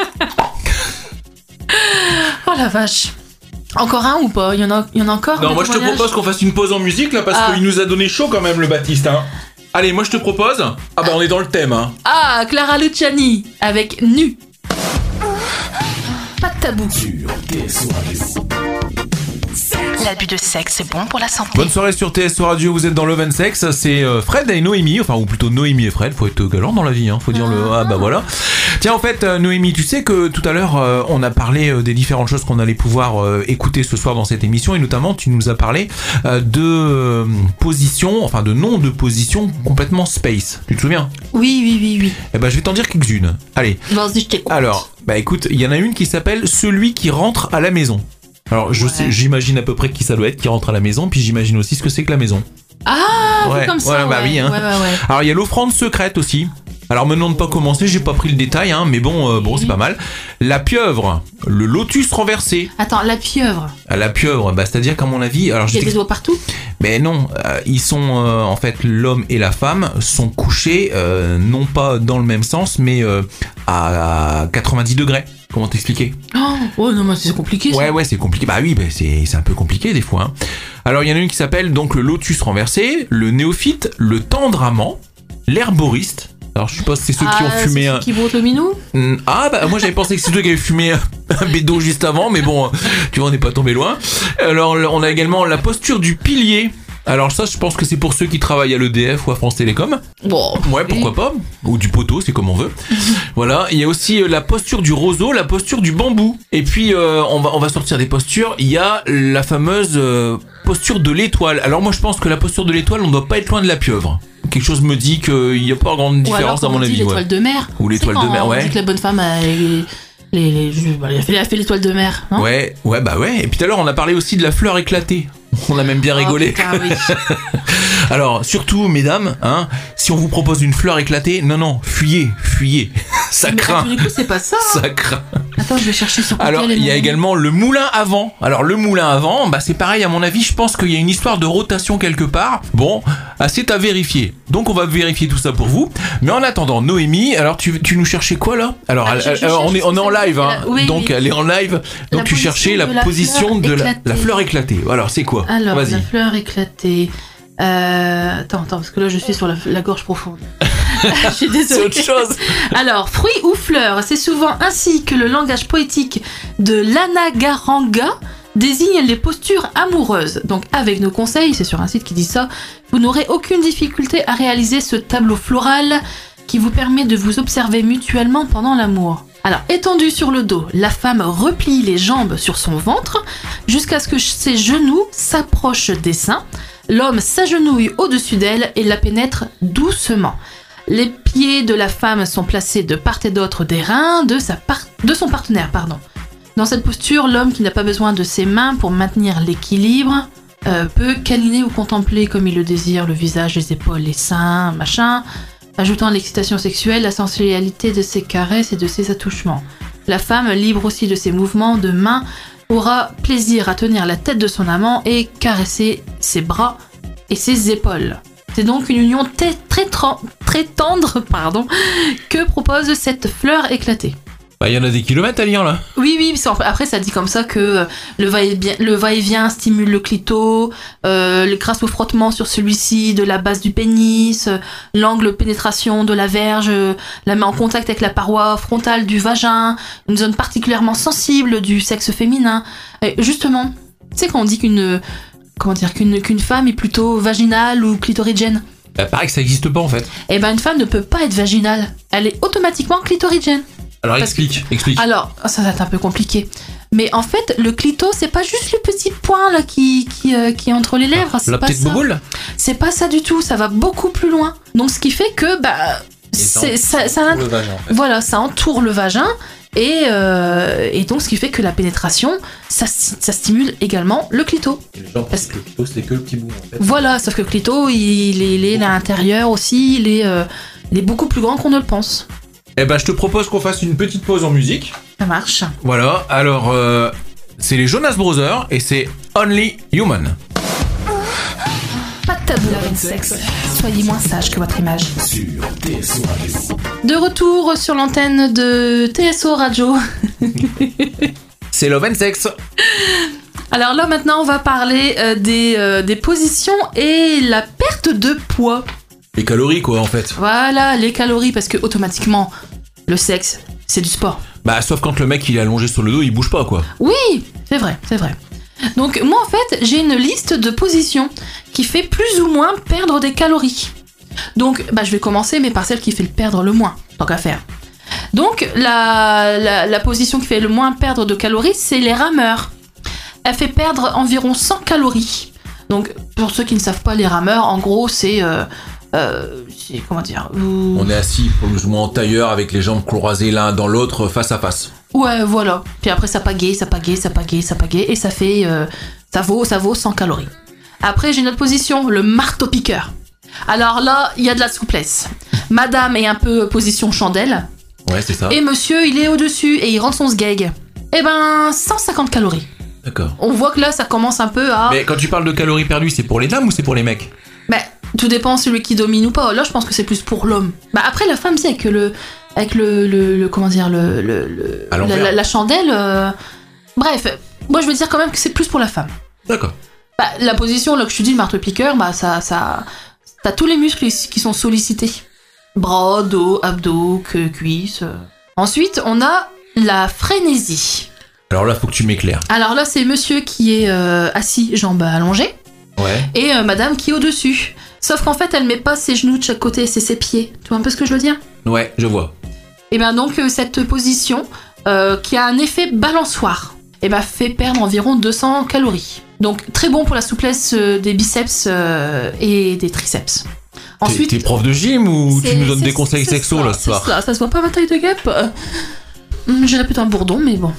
[SPEAKER 2] Oh la vache Encore un ou pas Il y en a, il y en a encore
[SPEAKER 1] Non,
[SPEAKER 2] des
[SPEAKER 1] moi je te
[SPEAKER 2] témoignages
[SPEAKER 1] propose qu'on fasse une pause en musique là parce
[SPEAKER 2] Ah.
[SPEAKER 1] qu'il nous a donné chaud quand même le Baptiste. Hein. Allez, moi je te propose. Ah bah on est dans le thème. Hein.
[SPEAKER 2] Ah, Clara Luciani avec Nu Pas de tabou
[SPEAKER 3] L'abus de sexe est bon pour la santé.
[SPEAKER 1] Bonne soirée sur TSO Radio, vous êtes dans Love and Sex, c'est euh, Fred et Noémie, enfin ou plutôt Noémie et Fred, faut être galant dans la vie, hein, faut dire le ah bah voilà. Tiens en fait euh, Noémie, tu sais que tout à l'heure euh, on a parlé euh, des différentes choses qu'on allait pouvoir euh, écouter ce soir dans cette émission et notamment tu nous as parlé euh, de euh, positions, enfin de noms de positions complètement space, tu te souviens
[SPEAKER 2] Oui, oui, oui, oui.
[SPEAKER 1] Eh ben je vais t'en dire quelques-unes, allez.
[SPEAKER 2] Vas-y, je t'écoute.
[SPEAKER 1] Alors, bah écoute, il y en a une qui s'appelle Celui qui rentre à la maison. Alors, je
[SPEAKER 2] Ouais.
[SPEAKER 1] sais- j'imagine à peu près qui ça doit être qui rentre à la maison, puis j'imagine aussi ce que c'est que la maison.
[SPEAKER 2] Ah, vu
[SPEAKER 1] Ouais,
[SPEAKER 2] comme ça,
[SPEAKER 1] ouais, bah
[SPEAKER 2] ouais.
[SPEAKER 1] oui, hein.
[SPEAKER 2] Ouais, ouais, ouais.
[SPEAKER 1] Alors, il y a l'offrande secrète aussi. Alors, me demande pas comment c'est, j'ai pas pris le détail, hein, mais bon, euh, bon,
[SPEAKER 2] Mhm.
[SPEAKER 1] c'est pas mal. La pieuvre, le lotus renversé.
[SPEAKER 2] Attends, la pieuvre,
[SPEAKER 1] Ah, La pieuvre, bah, c'est-à-dire qu'à mon avis, alors
[SPEAKER 2] il y
[SPEAKER 1] je
[SPEAKER 2] a des
[SPEAKER 1] t'ex-
[SPEAKER 2] doigts partout
[SPEAKER 1] mais non, euh, ils sont euh, en fait l'homme et la femme sont couchés euh, non pas dans le même sens, mais euh, à 90 degrés. Comment t'expliquer
[SPEAKER 2] Oh, oh, non, mais c'est compliqué, ça.
[SPEAKER 1] Ouais, ouais, c'est compliqué. Bah oui, bah c'est c'est un peu compliqué des fois. hein. Alors, il y en a une qui s'appelle donc le lotus renversé, le néophyte, le tendre amant, l'herboriste. Alors, je suppose que c'est ceux qui
[SPEAKER 2] Ah,
[SPEAKER 1] ont
[SPEAKER 2] c'est
[SPEAKER 1] fumé
[SPEAKER 2] ceux
[SPEAKER 1] un.
[SPEAKER 2] qui votent le minou
[SPEAKER 1] Hmm, Ah, bah moi j'avais pensé que c'est ceux qui avaient fumé un bédo juste avant, mais bon, tu vois, on n'est pas tombé loin. Alors, on a également la posture du pilier. Alors, ça, je pense que c'est pour ceux qui travaillent à l'EDF ou à France Télécom.
[SPEAKER 2] Bon.
[SPEAKER 1] Ouais, pourquoi pas. Ou du poteau, c'est comme on veut. voilà, il y a aussi euh, la posture du roseau, la posture du bambou. Et puis, euh, on, va, on va sortir des postures. Il y a la fameuse euh, posture de l'étoile. Alors moi, je pense que la posture de l'étoile, on doit pas être loin de la pieuvre. Quelque chose me dit qu'il n'y a pas grande
[SPEAKER 2] Ou alors,
[SPEAKER 1] différence à
[SPEAKER 2] comme
[SPEAKER 1] mon
[SPEAKER 2] on dit,
[SPEAKER 1] avis.
[SPEAKER 2] l'étoile
[SPEAKER 1] ouais.
[SPEAKER 2] de mer.
[SPEAKER 1] Ou l'étoile
[SPEAKER 2] C'est
[SPEAKER 1] de mer,
[SPEAKER 2] quand on
[SPEAKER 1] ouais.
[SPEAKER 2] dit que la bonne femme a, les, les- les- je- bah, elle a fait, elle a fait l'étoile de mer. non
[SPEAKER 1] Ouais, ouais, bah ouais. Et puis tout à l'heure, on a parlé aussi de la fleur éclatée. On a même bien rigolé.
[SPEAKER 2] Oh, putain, oui.
[SPEAKER 1] Alors, surtout, mesdames, hein, si on vous propose une fleur éclatée, non, non, fuyez, fuyez. Ça
[SPEAKER 2] Mais
[SPEAKER 1] craint,
[SPEAKER 2] attends, du coup, c'est pas ça. hein.
[SPEAKER 1] ça craint.
[SPEAKER 2] Attends, je vais chercher sur
[SPEAKER 1] Alors,
[SPEAKER 2] Google et
[SPEAKER 1] il y a
[SPEAKER 2] mon-
[SPEAKER 1] également le moulin avant. Alors, le moulin avant, bah, c'est pareil, à mon avis, je pense qu'il y a une histoire de rotation quelque part. Bon, ah, c'est à vérifier. Donc, on va vérifier tout ça pour vous. Mais en attendant, Noémie, alors, tu, tu nous cherchais quoi là Alors,
[SPEAKER 2] Ah, je-
[SPEAKER 1] elle-
[SPEAKER 2] je
[SPEAKER 1] elle-
[SPEAKER 2] cherche
[SPEAKER 1] on, est, on est en
[SPEAKER 2] ce que
[SPEAKER 1] live,
[SPEAKER 2] c'est
[SPEAKER 1] hein.
[SPEAKER 2] que la- oui,
[SPEAKER 1] donc
[SPEAKER 2] oui.
[SPEAKER 1] elle est en live.
[SPEAKER 2] La
[SPEAKER 1] Donc, tu
[SPEAKER 2] position
[SPEAKER 1] cherchais la
[SPEAKER 2] de la
[SPEAKER 1] position
[SPEAKER 2] fleur
[SPEAKER 1] de la,
[SPEAKER 2] éclatée.
[SPEAKER 1] la fleur éclatée. Alors, c'est quoi
[SPEAKER 2] Alors, la
[SPEAKER 1] Vas-y.
[SPEAKER 2] fleur éclatée. Euh, attends, attends, parce que là, je suis sur la, la gorge profonde. je suis
[SPEAKER 1] C'est
[SPEAKER 2] désolée.
[SPEAKER 1] autre chose.
[SPEAKER 2] Alors, fruits ou fleurs, c'est souvent ainsi que le langage poétique de l'anagaranga désigne les postures amoureuses. Donc, avec nos conseils, c'est sur un site qui dit ça, vous n'aurez aucune difficulté à réaliser ce tableau floral qui vous permet de vous observer mutuellement pendant l'amour. Alors, étendue sur le dos, la femme replie les jambes sur son ventre jusqu'à ce que ses genoux s'approchent des seins. L'homme s'agenouille au-dessus d'elle et la pénètre doucement. Les pieds de la femme sont placés de part et d'autre des reins de, sa par- de son partenaire. Pardon. Dans cette posture, l'homme qui n'a pas besoin de ses mains pour maintenir l'équilibre euh, peut câliner ou contempler comme il le désire le visage, les épaules, les seins, machin, ajoutant à l'excitation sexuelle la sensualité de ses caresses et de ses attouchements. La femme, libre aussi de ses mouvements de mains, aura plaisir à tenir la tête de son amant et caresser ses bras et ses épaules. C'est donc une union t- très, tran- très tendre pardon, que propose cette fleur éclatée.
[SPEAKER 1] Bah, il y en a des kilomètres à lire là.
[SPEAKER 2] Oui, oui, parce qu'en- après ça dit comme ça que euh, le va-et-bien le va-et-vient stimule le clito, euh, le- grâce au frottement sur celui-ci de la base du pénis, euh, l'angle pénétration de la verge, euh, la main en contact avec la paroi frontale du vagin, une zone particulièrement sensible du sexe féminin. Et justement, tu sais quand on dit qu'une comment dire qu'une qu'une femme est plutôt vaginale ou clitorigène,
[SPEAKER 1] Bah, pareil que ça existe pas en fait.
[SPEAKER 2] eh ben une femme ne peut pas être vaginale, elle est automatiquement clitorigène.
[SPEAKER 1] Alors
[SPEAKER 2] Parce
[SPEAKER 1] explique, explique.
[SPEAKER 2] Alors, oh, ça va être un peu compliqué. Mais en fait, le clito, c'est pas juste le petit point là qui, qui, euh, qui est entre les lèvres. c'est
[SPEAKER 1] la
[SPEAKER 2] pas
[SPEAKER 1] petite
[SPEAKER 2] ça.
[SPEAKER 1] bouboule
[SPEAKER 2] C'est pas ça du tout, ça va beaucoup plus loin. Donc ce qui fait que, bah, c'est- ça, ça,
[SPEAKER 4] Pour le vagin, en fait.
[SPEAKER 2] voilà, ça entoure le vagin. Et, euh, et donc ce qui fait que la pénétration, ça, sti- ça stimule également le clito.
[SPEAKER 4] Et les gens
[SPEAKER 2] Parce
[SPEAKER 4] pensent que le clito, c'est que le petit bout, en fait.
[SPEAKER 2] Voilà, sauf que le clito, il, est, il est à l'intérieur aussi, il est, euh, il est beaucoup plus grand qu'on ne le pense.
[SPEAKER 1] Eh ben, je te propose qu'on fasse une petite pause en musique.
[SPEAKER 2] Ça marche.
[SPEAKER 1] Voilà, alors euh, c'est les Jonas Brothers et c'est Only Human.
[SPEAKER 2] Pas de tabou avec le sexe. Soyez moins sage que votre image. De retour sur l'antenne de TSO Radio.
[SPEAKER 1] C'est Love and Sex.
[SPEAKER 2] Alors là maintenant on va parler euh, des, euh, des positions et la perte de poids.
[SPEAKER 1] Les calories quoi en fait.
[SPEAKER 2] Voilà les calories parce que automatiquement le sexe c'est du sport.
[SPEAKER 1] Bah sauf quand le mec il est allongé sur le dos, il bouge pas quoi.
[SPEAKER 2] Oui, c'est vrai, c'est vrai. Donc moi en fait, j'ai une liste de positions qui fait plus ou moins perdre des calories. Donc bah, je vais commencer mais par celle qui fait le perdre le moins, tant qu'à faire. Donc la, la- la position qui fait le moins perdre de calories, c'est les rameurs. Elle fait perdre environ 100 calories. Donc pour ceux qui ne savent pas, les rameurs, en gros, c'est... euh, euh, c'est- comment dire vous-
[SPEAKER 1] On est assis plus ou moins en tailleur avec les jambes croisées l'un dans l'autre face à face.
[SPEAKER 2] Ouais, voilà. Puis après, ça pagaie, ça pagaie, ça pagaie, ça pagaie, et ça fait. euh, ça, vaut, ça vaut 100 calories. Après, j'ai une autre position, le marteau-piqueur. Alors là, il y a de la souplesse. Madame est un peu position chandelle,
[SPEAKER 1] Ouais, c'est ça.
[SPEAKER 2] et monsieur, il est au-dessus, et il rentre son sgeg. Eh ben, 150 calories.
[SPEAKER 1] D'accord.
[SPEAKER 2] On voit que là, ça commence un peu à.
[SPEAKER 1] Mais quand tu parles de calories perdues, c'est pour les dames ou c'est pour les mecs
[SPEAKER 2] Bah, tout dépend celui qui domine ou pas. Là, je pense que c'est plus pour l'homme. Bah, après, la femme, c'est avec le. Avec le. le, le- comment dire le, le- le-
[SPEAKER 1] À l'envers.
[SPEAKER 2] la, la- la chandelle. euh, Bref, moi, je veux dire quand même que c'est plus pour la femme.
[SPEAKER 1] D'accord.
[SPEAKER 2] Bah, la position, là, que je te dis, le marteau-piqueur, bah, ça. ça T'as tous les muscles ici qui sont sollicités bras, dos, abdos, queue, cuisses. euh. Ensuite, on a la frénésie.
[SPEAKER 1] Alors là, faut que tu m'éclaires.
[SPEAKER 2] Alors là, c'est monsieur qui est euh, assis, jambes allongées
[SPEAKER 1] Ouais.
[SPEAKER 2] et euh, madame qui est au-dessus. Sauf qu'en fait, elle met pas ses genoux de chaque côté, c'est ses pieds. Tu vois un peu ce que je veux dire
[SPEAKER 1] Ouais, je vois.
[SPEAKER 2] Et bien donc, euh, cette position, euh, qui a un effet balançoire, et ben fait perdre environ 200 calories. Donc, très bon pour la souplesse euh, des biceps euh, et des triceps.
[SPEAKER 1] T'es- T'es prof de gym ou tu
[SPEAKER 2] c'est-
[SPEAKER 1] nous donnes
[SPEAKER 2] c'est-
[SPEAKER 1] des conseils
[SPEAKER 2] c'est
[SPEAKER 1] sexo
[SPEAKER 2] ça,
[SPEAKER 1] là ce
[SPEAKER 2] c'est
[SPEAKER 1] soir
[SPEAKER 2] ça, ça se voit pas ma taille de guêpe. Euh, hum, J'irais plutôt un bourdon, mais bon.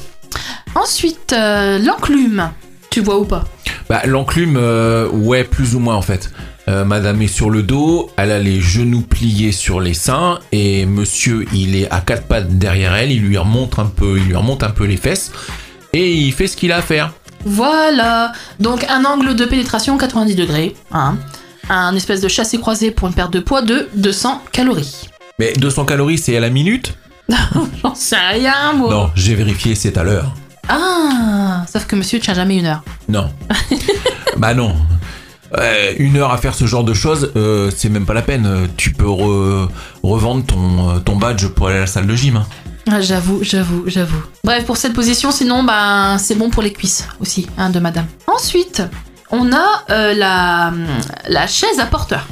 [SPEAKER 2] Ensuite, euh, l'enclume. Tu vois ou pas
[SPEAKER 1] Bah, l'enclume, euh, ouais, plus ou moins en fait. Euh, madame est sur le dos, elle a les genoux pliés sur les seins et monsieur, il est à quatre pattes derrière elle, il lui remonte un peu, il lui remonte un peu les fesses et il fait ce qu'il a à faire.
[SPEAKER 2] Voilà. Donc un angle de pénétration 90 degrés. hein. Un espèce de chassé croisé pour une perte de poids de 200 calories.
[SPEAKER 1] Mais 200 calories, c'est à la minute
[SPEAKER 2] J'en sais rien, moi.
[SPEAKER 1] Non, j'ai vérifié, c'est à l'heure.
[SPEAKER 2] Ah, sauf que monsieur tient jamais une heure.
[SPEAKER 1] Non. bah non. Euh, une heure à faire ce genre de choses, euh, c'est même pas la peine. Euh, Tu peux re- revendre ton, euh, ton badge pour aller à la salle de gym. hein.
[SPEAKER 2] Ah, j'avoue, j'avoue, j'avoue. Bref, pour cette position, sinon, ben, c'est bon pour les cuisses aussi, hein, de madame. Ensuite, on a euh, la, la chaise à porteur.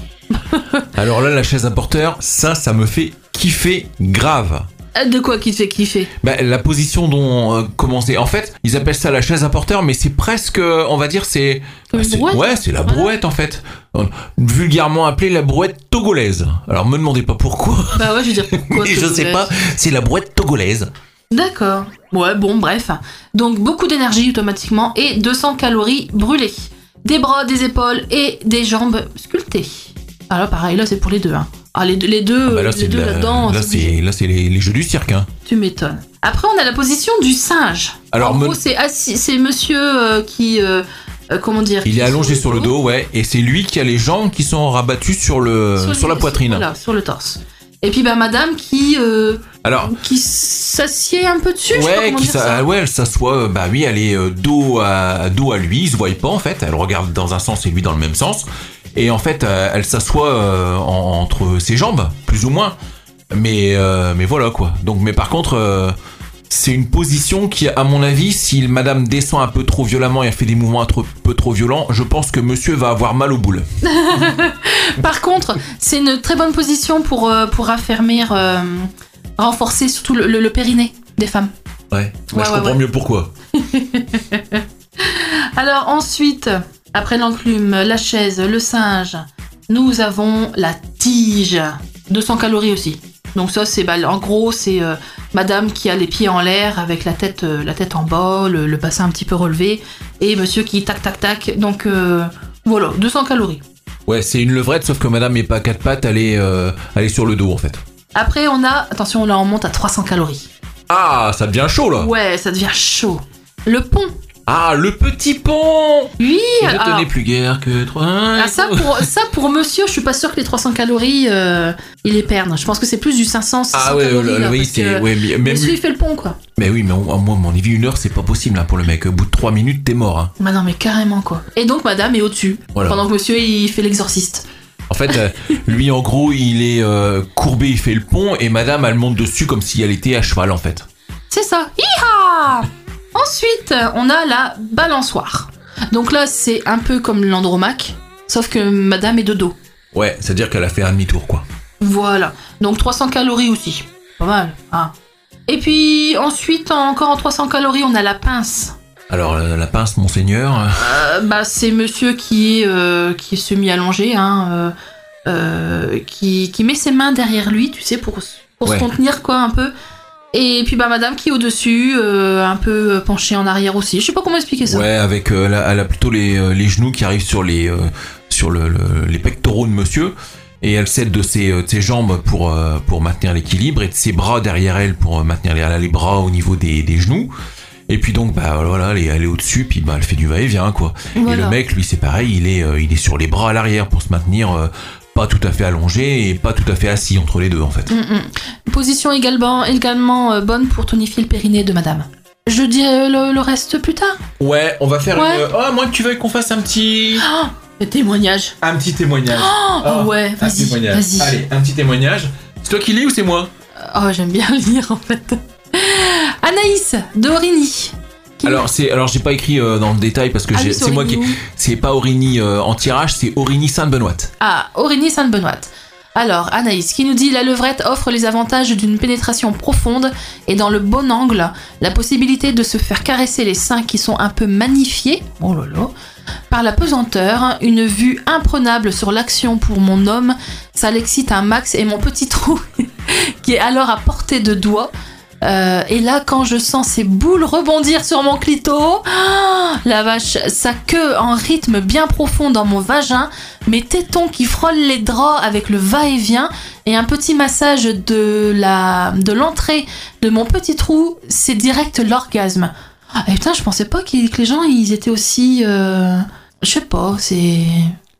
[SPEAKER 1] Alors là, la chaise à porteur, ça, ça me fait kiffer grave.
[SPEAKER 2] Euh, De quoi qui te fait kiffer
[SPEAKER 1] Bah, la position dont euh, comment c'est en fait ils appellent ça la chaise à porteur mais c'est presque euh, on va dire c'est
[SPEAKER 2] Comme une
[SPEAKER 1] c'est-
[SPEAKER 2] brouette.
[SPEAKER 1] ouais c'est la
[SPEAKER 2] Voilà.
[SPEAKER 1] brouette en fait Euh, vulgairement appelée la brouette togolaise alors me demandez pas pourquoi
[SPEAKER 2] Bah ouais, je veux dire pourquoi. Euh,
[SPEAKER 1] mais
[SPEAKER 2] ce
[SPEAKER 1] je
[SPEAKER 2] que
[SPEAKER 1] sais
[SPEAKER 2] vous
[SPEAKER 1] pas c'est la brouette togolaise
[SPEAKER 2] D'accord. Ouais, bon, bref. Donc, beaucoup d'énergie automatiquement et 200 calories brûlées. Des bras, des épaules et des jambes sculptées. Alors, pareil, là, c'est pour les deux. Hein. Ah, les deux, les deux,
[SPEAKER 1] Ah bah là
[SPEAKER 2] les
[SPEAKER 1] c'est de
[SPEAKER 2] deux
[SPEAKER 1] la-
[SPEAKER 2] là-dedans,
[SPEAKER 1] là
[SPEAKER 2] c'est obligé.
[SPEAKER 1] c'est là c'est les, les jeux du cirque hein.
[SPEAKER 2] tu m'étonnes. Après, on a la position du singe.
[SPEAKER 1] alors
[SPEAKER 2] en
[SPEAKER 1] me-
[SPEAKER 2] gros, c'est assis- c'est monsieur euh, qui. euh, euh, comment dire
[SPEAKER 1] il
[SPEAKER 2] qui
[SPEAKER 1] est allongé sur le dos ouais et c'est lui qui a les jambes qui sont rabattues sur le euh, sur,
[SPEAKER 2] le-
[SPEAKER 1] la poitrine
[SPEAKER 2] Voilà, sur le torse. Et puis, bah, madame qui, euh,
[SPEAKER 1] alors
[SPEAKER 2] qui s'assied un peu dessus. je sais pas
[SPEAKER 1] Ouais,
[SPEAKER 2] comment
[SPEAKER 1] qui
[SPEAKER 2] dire ça.
[SPEAKER 1] s'a- ouais, elle s'assoit, euh, bah oui, elle est euh, dos à, dos à lui, il se voit pas en fait, elle regarde dans un sens et lui dans le même sens, et en fait, euh, elle s'assoit euh, en- entre ses jambes, plus ou moins, mais, euh, mais voilà quoi. Donc, mais par contre, euh, c'est une position qui, à mon avis, si madame descend un peu trop violemment et a fait des mouvements un trop- peu trop violents, je pense que monsieur va avoir mal aux boules.
[SPEAKER 2] Par contre, c'est une très bonne position pour, euh, pour affermir, euh, renforcer surtout le, le- le périnée des femmes.
[SPEAKER 1] Ouais,
[SPEAKER 2] Ouais,
[SPEAKER 1] je
[SPEAKER 2] ouais,
[SPEAKER 1] comprends
[SPEAKER 2] ouais.
[SPEAKER 1] mieux pourquoi.
[SPEAKER 2] Alors ensuite, après l'enclume, la chaise, le singe, nous avons la tige. 200 calories aussi. Donc ça, c'est bah, en gros, c'est euh, madame qui a les pieds en l'air avec la tête, euh, la tête en bas, le, le bassin un petit peu relevé, et monsieur qui tac tac tac. Donc euh, voilà, 200 calories.
[SPEAKER 1] Ouais, c'est une levrette, sauf que madame n'est pas à quatre pattes, elle est, euh, elle est sur le dos en fait.
[SPEAKER 2] Après, on a, attention, là on monte à 300 calories.
[SPEAKER 1] Ah, ça devient chaud là!
[SPEAKER 2] Ouais, ça devient chaud. Le pont.
[SPEAKER 1] Ah, le petit pont
[SPEAKER 2] Oui,
[SPEAKER 1] Je
[SPEAKER 2] alors-
[SPEAKER 1] tenais plus guère que trois.
[SPEAKER 2] Ah, ça, pour, ça pour monsieur, je suis pas sûre que les 300 calories, euh, il les perde. Je pense que c'est plus du 500, 600
[SPEAKER 1] Ah ouais,
[SPEAKER 2] calories.
[SPEAKER 1] le- le-
[SPEAKER 2] là,
[SPEAKER 1] oui,
[SPEAKER 2] parce
[SPEAKER 1] c'est
[SPEAKER 2] que
[SPEAKER 1] ouais, mais, même-
[SPEAKER 2] monsieur, il fait le pont, quoi.
[SPEAKER 1] mais oui, mais on- moi, mon avis, une heure, c'est pas possible là, pour le mec. Au bout de trois minutes, t'es mort. hein.
[SPEAKER 2] Bah non, mais carrément, quoi. Et donc, madame est au-dessus,
[SPEAKER 1] Voilà.
[SPEAKER 2] pendant que monsieur, il fait l'exorciste.
[SPEAKER 1] En fait, euh, lui, en gros, il est euh, courbé, il fait le pont, et madame, elle monte dessus comme si elle était à cheval, en fait.
[SPEAKER 2] C'est ça. Hiha Ensuite, on a la balançoire. Donc là, c'est un peu comme l'andromaque, sauf que madame est de dos.
[SPEAKER 1] Ouais, c'est-à-dire qu'elle a fait un demi-tour, quoi.
[SPEAKER 2] Voilà. Donc 300 calories aussi. Pas mal, hein. Et puis ensuite, encore en 300 calories, on a la pince.
[SPEAKER 1] Alors, euh, la, la pince, monseigneur. euh,
[SPEAKER 2] Euh, bah, c'est monsieur qui est, euh, qui est semi-allongé, hein, euh, euh, qui, qui met ses mains derrière lui, tu sais, pour, s- pour
[SPEAKER 1] Ouais.
[SPEAKER 2] se contenir, quoi, un peu. Et puis, bah, madame qui est au-dessus, euh, un peu euh, penchée en arrière aussi. Je sais pas comment expliquer ça.
[SPEAKER 1] Ouais, avec euh, la- elle a plutôt les, euh, les genoux qui arrivent sur les euh, sur le, le- les pectoraux de monsieur et elle cède de ses, euh, de ses jambes pour euh, pour maintenir l'équilibre et de ses bras derrière elle pour euh, maintenir les, elle a les bras au niveau des, des genoux. Et puis donc bah voilà, elle est, elle est au-dessus puis bah elle fait du va-et-vient quoi. Et
[SPEAKER 2] Voilà.
[SPEAKER 1] le mec lui c'est pareil, il est euh, il est sur les bras à l'arrière pour se maintenir euh, pas tout à fait allongé et pas tout à fait assis entre les deux en fait.
[SPEAKER 2] Mm, mm. Position également, également euh, bonne pour tonifier le périnée de madame. Je dirai le- le reste plus tard.
[SPEAKER 1] Ouais, on va faire
[SPEAKER 2] Ouais.
[SPEAKER 1] une oh, moins que tu veuilles qu'on fasse un petit
[SPEAKER 2] Le témoignage.
[SPEAKER 1] un petit témoignage.
[SPEAKER 2] Oh,
[SPEAKER 1] Ah,
[SPEAKER 2] ouais,
[SPEAKER 1] Un
[SPEAKER 2] vas-y,
[SPEAKER 1] témoignage.
[SPEAKER 2] vas-y.
[SPEAKER 1] Allez, un petit témoignage. C'est toi qui lis ou c'est moi
[SPEAKER 2] Oh, j'aime bien lire en fait. Anaïs d'Origny. Qui-
[SPEAKER 1] Alors c'est alors j'ai pas écrit euh, dans le détail parce que
[SPEAKER 2] Ah
[SPEAKER 1] j'ai-
[SPEAKER 2] oui,
[SPEAKER 1] c'est moi qui
[SPEAKER 2] Origny.
[SPEAKER 1] c'est pas Origny euh, en tirage, c'est Origny Sainte-Benoît.
[SPEAKER 2] Ah, Origny Sainte-Benoît. Alors, Anaïs qui nous dit la levrette offre les avantages d'une pénétration profonde et dans le bon angle, la possibilité de se faire caresser les seins qui sont un peu magnifiés, oh là là, par la pesanteur, une vue imprenable sur l'action pour mon homme, ça l'excite un max et mon petit trou qui est alors à portée de doigt. Euh, et là, quand je sens ces boules rebondir sur mon clito, ah, la vache, sa queue en rythme bien profond dans mon vagin, mes tétons qui frôlent les draps avec le va-et-vient et un petit massage de la de l'entrée de mon petit trou, c'est direct l'orgasme. Ah, Et putain, je pensais pas qu'il- que les gens ils étaient aussi euh, je sais pas, c'est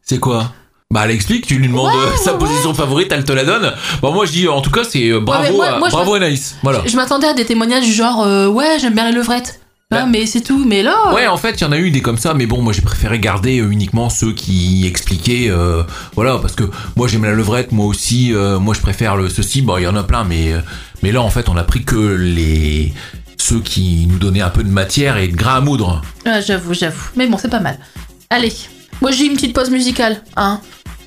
[SPEAKER 1] C'est quoi bah elle explique, tu lui demandes euh, sa
[SPEAKER 2] ouais,
[SPEAKER 1] position favorite, elle te la donne. Bon moi je dis euh, en tout cas c'est euh, bravo
[SPEAKER 2] mais moi-
[SPEAKER 1] à-
[SPEAKER 2] moi, je
[SPEAKER 1] bravo Anaïs. Voilà.
[SPEAKER 2] je m'attendais à des témoignages du genre euh, ouais, j'aime bien les levrettes.
[SPEAKER 1] Bah.
[SPEAKER 2] Ah, mais c'est tout, mais là
[SPEAKER 1] Ouais, en fait, il y en a eu des comme ça, mais bon, moi j'ai préféré garder euh, uniquement ceux qui expliquaient, euh, voilà, parce que moi j'aime la levrette, moi aussi, euh, moi je préfère le ceci, bon, il y en a plein, mais, euh, mais là en fait, on a pris que les ceux qui nous donnaient un peu de matière et de grain à moudre.
[SPEAKER 2] Ah, j'avoue, j'avoue. Mais bon, c'est pas mal. Allez. Moi, j'ai une petite pause musicale, hein.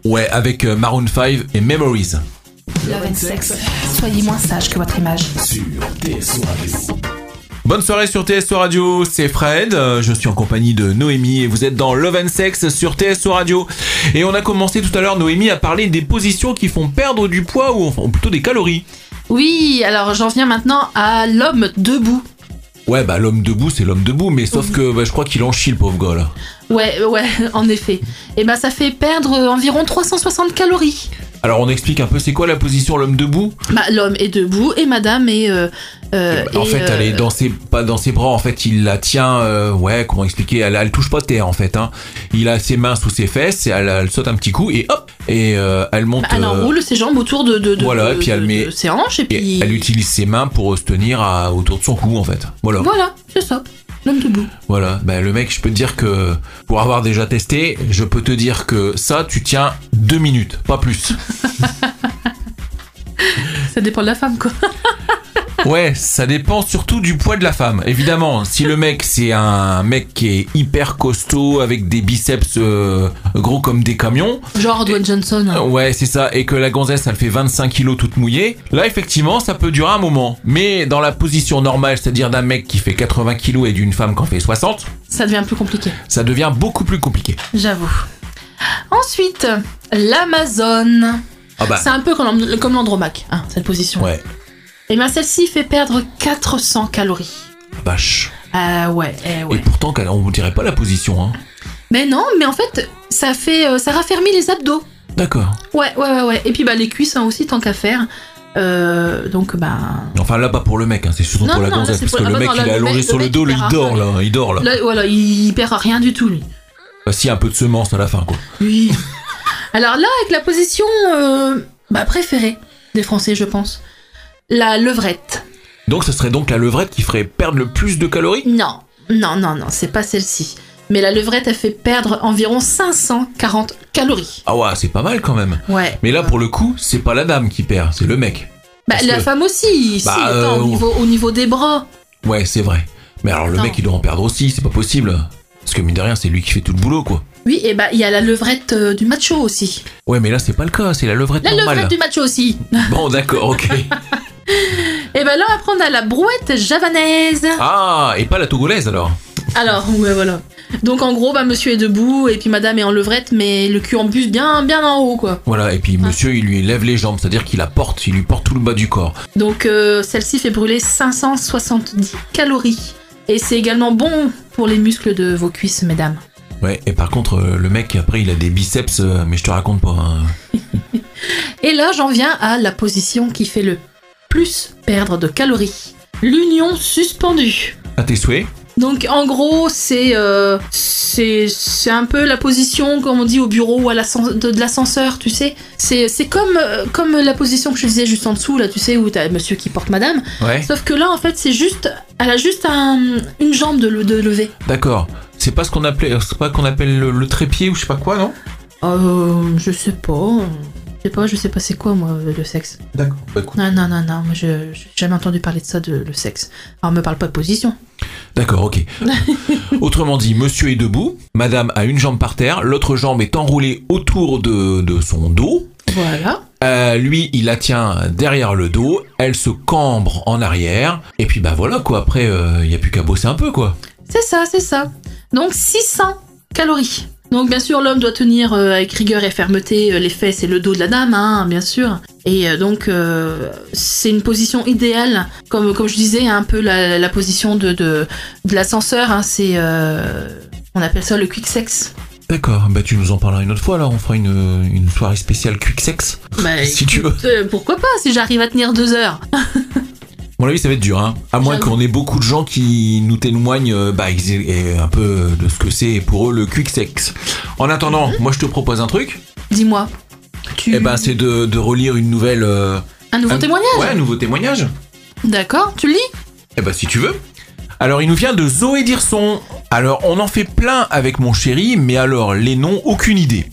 [SPEAKER 1] Ouais, avec euh, Maroon 5 et Memories.
[SPEAKER 2] Love and Sex. Soyez moins sage que votre image.
[SPEAKER 4] sur TSO Radio.
[SPEAKER 1] Bonne soirée sur TSO Radio, c'est Fred, euh, je suis en compagnie de Noémie et vous êtes dans Love and Sex sur TSO Radio. Et on a commencé tout à l'heure, Noémie, à parler des positions qui font perdre du poids ou, enfin, ou plutôt des calories.
[SPEAKER 2] Oui, alors j'en viens maintenant à l'homme debout.
[SPEAKER 1] Ouais, bah l'homme debout, c'est l'homme debout, mais sauf que bah, je crois qu'il en chie le pauvre gars là.
[SPEAKER 2] Ouais, ouais, en effet. Et ben ça fait perdre euh, environ 360 calories.
[SPEAKER 1] Alors on explique un peu c'est quoi la position l'homme debout
[SPEAKER 2] Bah, l'homme est debout et madame est. euh, euh,
[SPEAKER 1] Eh bah, ben, En
[SPEAKER 2] est,
[SPEAKER 1] fait, elle
[SPEAKER 2] euh,
[SPEAKER 1] est dans ses, pas dans ses bras, en fait, il la tient, euh, ouais, comment expliquer, elle, elle touche pas terre en fait. Hein. Il a ses mains sous ses fesses, et elle, elle saute un petit coup et hop, et euh, elle monte.
[SPEAKER 2] bah, elle
[SPEAKER 1] euh,
[SPEAKER 2] enroule ses jambes autour de, de, de-
[SPEAKER 1] Voilà,
[SPEAKER 2] de-
[SPEAKER 1] et puis elle
[SPEAKER 2] de-
[SPEAKER 1] met-
[SPEAKER 2] de ses hanches et puis.
[SPEAKER 1] euh, Et elle utilise ses mains pour se tenir à- autour de son cou en fait. Voilà,
[SPEAKER 2] Voilà, c'est ça. L'homme debout.
[SPEAKER 1] voilà. Ben, le mec, je peux te dire que pour avoir déjà testé, je peux te dire que ça, tu tiens deux minutes, pas plus.
[SPEAKER 2] Ça dépend de la femme, quoi.
[SPEAKER 1] Ouais, ça dépend surtout du poids de la femme. Évidemment, si le mec c'est un mec qui est hyper costaud avec des biceps euh, gros comme des camions, euh,
[SPEAKER 2] Genre Dwayne Johnson. hein.
[SPEAKER 1] ouais c'est ça, et que la gonzesse elle fait 25 kilos toute mouillée, là effectivement ça peut durer un moment. Mais dans la position normale, c'est-à-dire d'un mec qui fait 80 kilos et d'une femme qui en fait 60,
[SPEAKER 2] Ça devient plus compliqué.
[SPEAKER 1] ça devient beaucoup plus compliqué.
[SPEAKER 2] J'avoue. Ensuite, l'Amazone.
[SPEAKER 1] Ah bah
[SPEAKER 2] C'est un peu comme l'and- comme l'Andromaque, hein, cette position.
[SPEAKER 1] ouais,
[SPEAKER 2] Et bien celle-ci fait perdre 400 calories.
[SPEAKER 1] vache.
[SPEAKER 2] Ah ouais, eh ouais.
[SPEAKER 1] Et pourtant on dirait pas la position, hein.
[SPEAKER 2] Mais non, mais en fait, ça fait, euh, ça raffermit les abdos.
[SPEAKER 1] D'accord.
[SPEAKER 2] Ouais, ouais, ouais, ouais. Et puis bah les cuisses hein, aussi, tant qu'à faire. Euh, donc bah
[SPEAKER 1] Enfin là pas pour le mec, hein, c'est surtout
[SPEAKER 2] Non,
[SPEAKER 1] pour la
[SPEAKER 2] non, là,
[SPEAKER 1] gonzesse,
[SPEAKER 2] c'est
[SPEAKER 1] parce
[SPEAKER 2] pour-
[SPEAKER 1] que
[SPEAKER 2] ah
[SPEAKER 1] le
[SPEAKER 2] bah
[SPEAKER 1] mec
[SPEAKER 2] non, là,
[SPEAKER 1] il est
[SPEAKER 2] le
[SPEAKER 1] allongé
[SPEAKER 2] mec-
[SPEAKER 1] sur
[SPEAKER 2] le
[SPEAKER 1] le
[SPEAKER 2] mec,
[SPEAKER 1] dos,
[SPEAKER 2] il
[SPEAKER 1] là,
[SPEAKER 2] perd
[SPEAKER 1] il
[SPEAKER 2] un
[SPEAKER 1] dort
[SPEAKER 2] peu.
[SPEAKER 1] là, il dort là.
[SPEAKER 2] là voilà, il perd rien du tout lui.
[SPEAKER 1] Bah, si, un peu de semence à la fin, quoi.
[SPEAKER 2] Oui. Alors là, avec la position euh, bah, préférée des Français, je pense, la levrette.
[SPEAKER 1] Donc, ce serait donc la levrette qui ferait perdre le plus de calories
[SPEAKER 2] Non, non, non, non, c'est pas celle-ci. Mais la levrette, elle fait perdre environ 540 calories.
[SPEAKER 1] Ah ouais, c'est pas mal quand même.
[SPEAKER 2] Ouais.
[SPEAKER 1] Mais là, pour le coup, c'est pas la dame qui perd, c'est le mec.
[SPEAKER 2] Bah,
[SPEAKER 1] parce
[SPEAKER 2] la
[SPEAKER 1] que-
[SPEAKER 2] femme aussi, si,
[SPEAKER 1] Bah,
[SPEAKER 2] attends,
[SPEAKER 1] euh,
[SPEAKER 2] au, niveau, au niveau des bras.
[SPEAKER 1] Ouais, c'est vrai. Mais alors, le
[SPEAKER 2] Non.
[SPEAKER 1] mec, il doit en perdre aussi, c'est pas possible. Parce que, mine de rien, c'est lui qui fait tout le boulot, quoi.
[SPEAKER 2] Oui, et bah, il y a la levrette euh, du macho aussi.
[SPEAKER 1] Ouais, mais là, c'est pas le cas, c'est la levrette
[SPEAKER 2] La
[SPEAKER 1] normale.
[SPEAKER 2] levrette du macho aussi.
[SPEAKER 1] Bon, d'accord, ok.
[SPEAKER 2] Et bah, là, après, on a la brouette javanaise.
[SPEAKER 1] Ah, et pas la togolaise alors
[SPEAKER 2] Alors, ouais, voilà. Donc, en gros, bah, monsieur est debout, et puis madame est en levrette, mais le cul en bus bien, bien en haut, quoi.
[SPEAKER 1] Voilà, et
[SPEAKER 2] Ah.
[SPEAKER 1] puis monsieur, il lui lève les jambes, c'est-à-dire qu'il la porte, il lui porte tout le bas du corps.
[SPEAKER 2] Donc euh, celle-ci fait brûler 570 calories. Et c'est également bon pour les muscles de vos cuisses, mesdames.
[SPEAKER 1] Ouais, et par contre, euh, le mec, après, il a des biceps, euh, mais je te raconte pas. hein.
[SPEAKER 2] Et là, j'en viens à la position qui fait le plus perdre de calories. L'union suspendue.
[SPEAKER 1] À tes souhaits
[SPEAKER 2] Donc en gros, c'est euh, c'est c'est un peu la position, comme on dit au bureau ou à l'ascen- de, de l'ascenseur, tu sais. C'est c'est comme, euh, comme la position que je disais juste en dessous, là, tu sais, où t'as monsieur qui porte madame.
[SPEAKER 1] Ouais.
[SPEAKER 2] Sauf que là, en fait, c'est juste... Elle a juste un- une jambe de, le- de levée.
[SPEAKER 1] D'accord. C'est pas ce qu'on appelait, c'est pas qu'on appelle le, le trépied ou je sais pas quoi, non
[SPEAKER 2] Euh, je sais pas. Je sais pas, je sais pas c'est quoi moi le sexe.
[SPEAKER 1] D'accord. Bah, écoute.
[SPEAKER 2] Non, non, non, non, moi je j'ai jamais entendu parler de ça, de le sexe. Alors me parle pas de position.
[SPEAKER 1] D'accord, ok. Autrement dit, monsieur est debout, madame a une jambe par terre, l'autre jambe est enroulée autour de, de son dos.
[SPEAKER 2] Voilà.
[SPEAKER 1] Euh, lui, il la tient derrière le dos, elle se cambre en arrière, et puis bah voilà quoi, après, il n'y a plus qu'à bosser un peu quoi.
[SPEAKER 2] C'est ça, c'est ça. Donc 600 calories. Donc bien sûr, l'homme doit tenir euh, avec rigueur et fermeté euh, les fesses et le dos de la dame, hein, bien sûr. Et euh, donc euh, c'est une position idéale, comme, comme je disais, hein, un peu la, la position de, de, de l'ascenseur. hein, c'est euh, on appelle ça le quick sex.
[SPEAKER 1] D'accord, bah tu nous en parleras une autre fois, là, on fera une, une soirée spéciale quick sex.
[SPEAKER 2] Bah,
[SPEAKER 1] Si tu
[SPEAKER 2] écoute, euh, pourquoi pas si j'arrive à tenir deux heures
[SPEAKER 1] À mon avis, ça va être dur, hein. À moins
[SPEAKER 2] J'avoue.
[SPEAKER 1] qu'on ait beaucoup de gens qui nous témoignent euh, bah, ils- et un peu de ce que c'est pour eux le quick sex. En attendant, moi je te propose un truc.
[SPEAKER 2] Dis-moi. Tu...
[SPEAKER 1] Eh ben, c'est de, de relire une nouvelle. euh,
[SPEAKER 2] un nouveau
[SPEAKER 1] un-
[SPEAKER 2] témoignage
[SPEAKER 1] Ouais, un nouveau témoignage.
[SPEAKER 2] D'accord, tu le lis
[SPEAKER 1] Eh ben, si tu veux. Alors, il nous vient de Zoé Dirson. Alors, on en fait plein avec mon chéri, mais alors, les noms, aucune idée.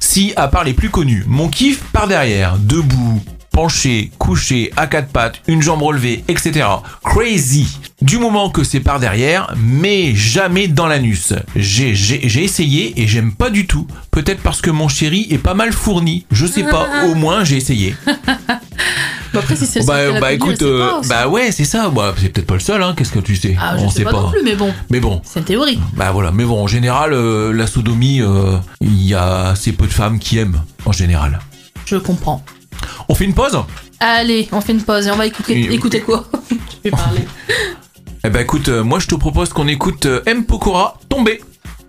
[SPEAKER 1] Si, à part les plus connus, mon kiff par derrière, debout, penché, couché, à quatre pattes, une jambe relevée, etc. Crazy. Du moment que c'est par derrière, mais jamais dans l'anus. J'ai j'ai- j'ai essayé et j'aime pas du tout. Peut-être parce que mon chéri est pas mal fourni. Je sais pas, au moins j'ai essayé.
[SPEAKER 2] Bon, après, si c'est le
[SPEAKER 1] bah,
[SPEAKER 2] seul qui l'a
[SPEAKER 1] bah,
[SPEAKER 2] connu, elle
[SPEAKER 1] écoute,
[SPEAKER 2] sait pas
[SPEAKER 1] euh,
[SPEAKER 2] aussi.
[SPEAKER 1] bah ouais, c'est ça. Bah, c'est peut-être pas le seul, hein. Qu'est-ce que tu sais
[SPEAKER 2] Ah, je
[SPEAKER 1] On
[SPEAKER 2] sais pas, non plus, mais bon,
[SPEAKER 1] Mais bon,
[SPEAKER 2] c'est une théorie.
[SPEAKER 1] bah voilà. Mais bon, en général, euh, la sodomie, euh, il y a assez peu de femmes qui aiment, en général.
[SPEAKER 2] Je comprends.
[SPEAKER 1] On fait une pause
[SPEAKER 2] Allez, on fait une pause et on va écouter,
[SPEAKER 1] Et-
[SPEAKER 2] écouter quoi Je vais parler.
[SPEAKER 1] Eh bah écoute, euh, moi je te propose qu'on écoute euh, M. Pokora, Tomber.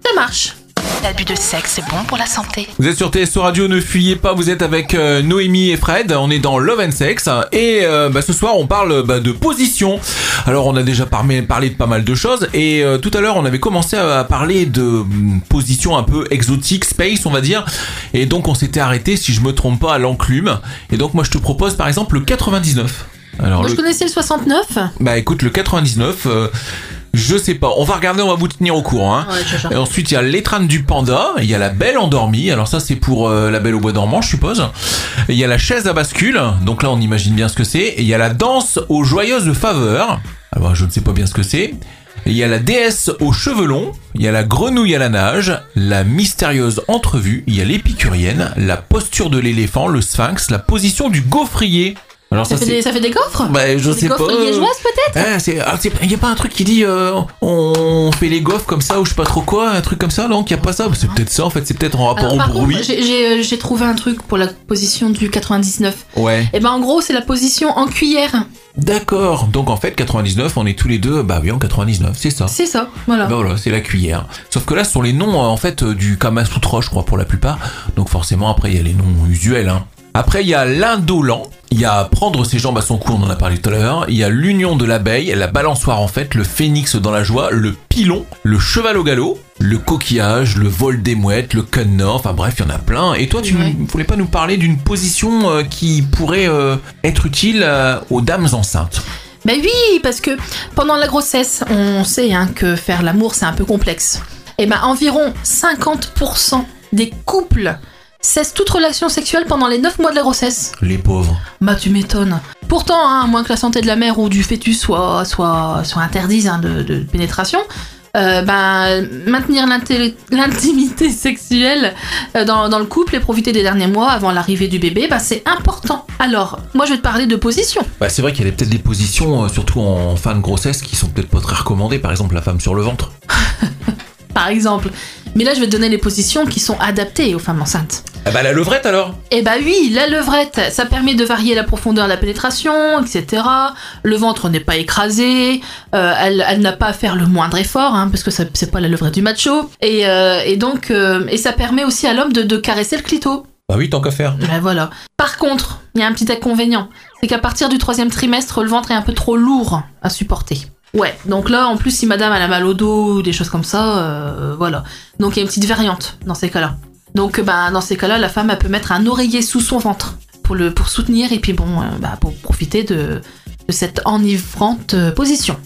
[SPEAKER 2] Ça marche.
[SPEAKER 3] L'abus de sexe est bon pour la santé.
[SPEAKER 1] Vous êtes sur TSO Radio, ne fuyez pas, vous êtes avec euh, Noémie et Fred, on est dans Love and Sex, et euh, bah, ce soir on parle euh, bah, de position. Alors on a déjà parmi- parlé de pas mal de choses, et euh, tout à l'heure on avait commencé à, à parler de hum, position un peu exotique, space on va dire, et donc on s'était arrêté, si je me trompe pas, à l'enclume, et donc moi je te propose par exemple le 99. Alors
[SPEAKER 2] Moi,
[SPEAKER 1] le-
[SPEAKER 2] je connaissais le 69.
[SPEAKER 1] bah écoute, le 99, euh, je sais pas, on va regarder, on va vous tenir au courant. Hein.
[SPEAKER 2] Ouais, je- je-
[SPEAKER 1] Et ensuite, il y a l'étreinte du panda, il y a la belle endormie, alors ça c'est pour euh, la belle au bois dormant, je suppose. Et Il y a la chaise à bascule, donc là on imagine bien ce que c'est. Et il y a la danse aux joyeuses faveurs, alors je ne sais pas bien ce que c'est. Et Il y a la déesse aux cheveux longs, il y a la grenouille à la nage, la mystérieuse entrevue, il y a l'épicurienne, la posture de l'éléphant, le sphinx, la position du gaufrier. Alors ça,
[SPEAKER 2] Ça, fait
[SPEAKER 1] c'est...
[SPEAKER 2] des, ça fait des coffres
[SPEAKER 1] Bah, je
[SPEAKER 2] Des
[SPEAKER 1] sais pas.
[SPEAKER 2] coffres liégeoises, peut-être
[SPEAKER 1] Ah, c'est, ah, c'est- y a pas un truc qui dit euh, on fait les gaufres comme ça ou je sais pas trop quoi, un truc comme ça, non, qu'il y a pas ça. C'est peut-être ça en fait, c'est peut-être en rapport
[SPEAKER 2] Alors, par
[SPEAKER 1] au bruit.
[SPEAKER 2] contre, j'ai- j'ai j'ai trouvé un truc pour la position du 99.
[SPEAKER 1] Ouais.
[SPEAKER 2] Et ben en gros, c'est la position en cuillère.
[SPEAKER 1] D'accord. Donc en fait 99, on est tous les deux bah oui en 99, c'est ça.
[SPEAKER 2] C'est ça, voilà.
[SPEAKER 1] Bah voilà, c'est la cuillère. Sauf que là, ce sont les noms euh, en fait euh, du Kama Sutra, je crois pour la plupart. Donc forcément après il y a les noms usuels. hein. Après il y a l'indolent, il y a prendre ses jambes à son cou, on en a parlé tout à l'heure. Il y a l'union de l'abeille, la balançoire en fait, le phénix dans la joie, le pilon, le cheval au galop, le coquillage, le vol des mouettes, le connor. Enfin bref, il y en a plein. Et toi, tu
[SPEAKER 2] Ouais.
[SPEAKER 1] ne voulais pas nous parler d'une position euh, qui pourrait euh, être utile euh, aux dames enceintes.
[SPEAKER 2] Bah oui, parce que pendant la grossesse, on sait hein, que faire l'amour, c'est un peu complexe. Et ben environ 50% des couples cessent toute relation sexuelle pendant les 9 mois de la grossesse.
[SPEAKER 1] Les pauvres.
[SPEAKER 2] Bah tu m'étonnes. Pourtant, hein, à moins que la santé de la mère ou du fœtus soit, soit, soit interdite hein, de, de pénétration, euh, ben, maintenir l'inté- l'intimité sexuelle euh, dans, dans le couple et profiter des derniers mois avant l'arrivée du bébé, bah, c'est important. Alors, moi je vais te parler de position.
[SPEAKER 1] Bah, c'est vrai qu'il y a peut-être des positions, euh, surtout en fin de grossesse, qui sont peut-être pas très recommandées. Par exemple, la femme sur le ventre.
[SPEAKER 2] par exemple. Mais là, je vais te donner les positions qui sont adaptées aux femmes enceintes.
[SPEAKER 1] Ah bah la levrette alors
[SPEAKER 2] Eh bah oui, la levrette, ça permet de varier la profondeur de la pénétration, etc. Le ventre n'est pas écrasé, euh, elle, elle n'a pas à faire le moindre effort, hein, parce que ça- c'est pas la levrette du macho. Et, euh, et donc, euh, et ça permet aussi à l'homme de, de caresser le clito.
[SPEAKER 1] Bah oui, tant qu'à faire.
[SPEAKER 2] Ben voilà. Par contre, il y a un petit inconvénient, c'est qu'à partir du troisième trimestre, le ventre est un peu trop lourd à supporter. Ouais, donc là, en plus, si madame elle a mal au dos ou des choses comme ça, euh, voilà. Donc il y a une petite variante dans ces cas-là. Donc ben, dans ces cas-là, la femme, elle peut mettre un oreiller sous son ventre pour, le, pour soutenir et puis bon, euh, bah, pour profiter de, de cette enivrante euh, position.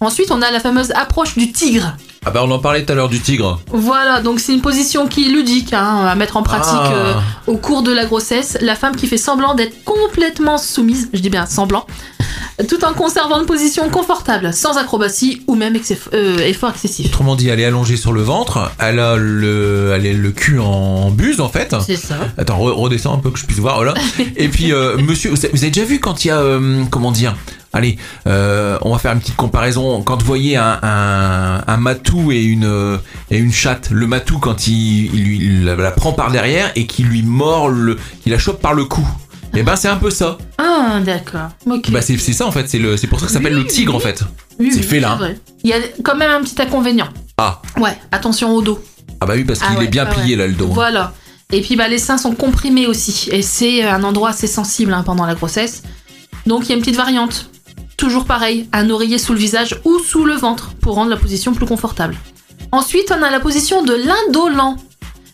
[SPEAKER 2] Ensuite, on a la fameuse approche du tigre.
[SPEAKER 1] Ah bah on en parlait tout à l'heure du tigre.
[SPEAKER 2] Voilà, donc c'est une position qui est ludique hein, à mettre en pratique
[SPEAKER 1] Ah.
[SPEAKER 2] euh, au cours de la grossesse, la femme qui fait semblant d'être complètement soumise, je dis bien semblant, tout en conservant une position confortable, sans acrobatie ou même excef- euh, effort excessif.
[SPEAKER 1] Autrement dit, elle est allongée sur le ventre, elle a le, elle est le cul en buse en fait.
[SPEAKER 2] C'est ça.
[SPEAKER 1] Attends, re- redescends un peu que je puisse voir, voilà. Et puis, euh, monsieur, vous avez vous avez déjà vu quand il y a, euh, comment dire Allez, euh, on va faire une petite comparaison. Quand vous voyez un, un, un matou et une, euh, et une chatte, le matou, quand il, il lui, il la, la prend par derrière et qu'il lui mord, le, il la chope par le cou. Et ben c'est un peu ça.
[SPEAKER 2] Ah, d'accord. Ok.
[SPEAKER 1] Bah c'est c'est ça en fait, c'est le- c'est pour ça que ça s'appelle le tigre en fait.
[SPEAKER 2] Oui,
[SPEAKER 1] c'est
[SPEAKER 2] oui,
[SPEAKER 1] félin.
[SPEAKER 2] vrai. Il y a quand même un petit inconvénient.
[SPEAKER 1] Ah.
[SPEAKER 2] Ouais, attention au dos.
[SPEAKER 1] Ah bah oui parce qu'il
[SPEAKER 2] Ah ouais,
[SPEAKER 1] est bien
[SPEAKER 2] ah
[SPEAKER 1] plié là le dos. hein.
[SPEAKER 2] Voilà. Et puis bah, les seins sont comprimés aussi. Et c'est un endroit assez sensible hein, pendant la grossesse. Donc il y a une petite variante. Toujours pareil, un oreiller sous le visage ou sous le ventre pour rendre la position plus confortable. Ensuite, on a la position de l'indolent.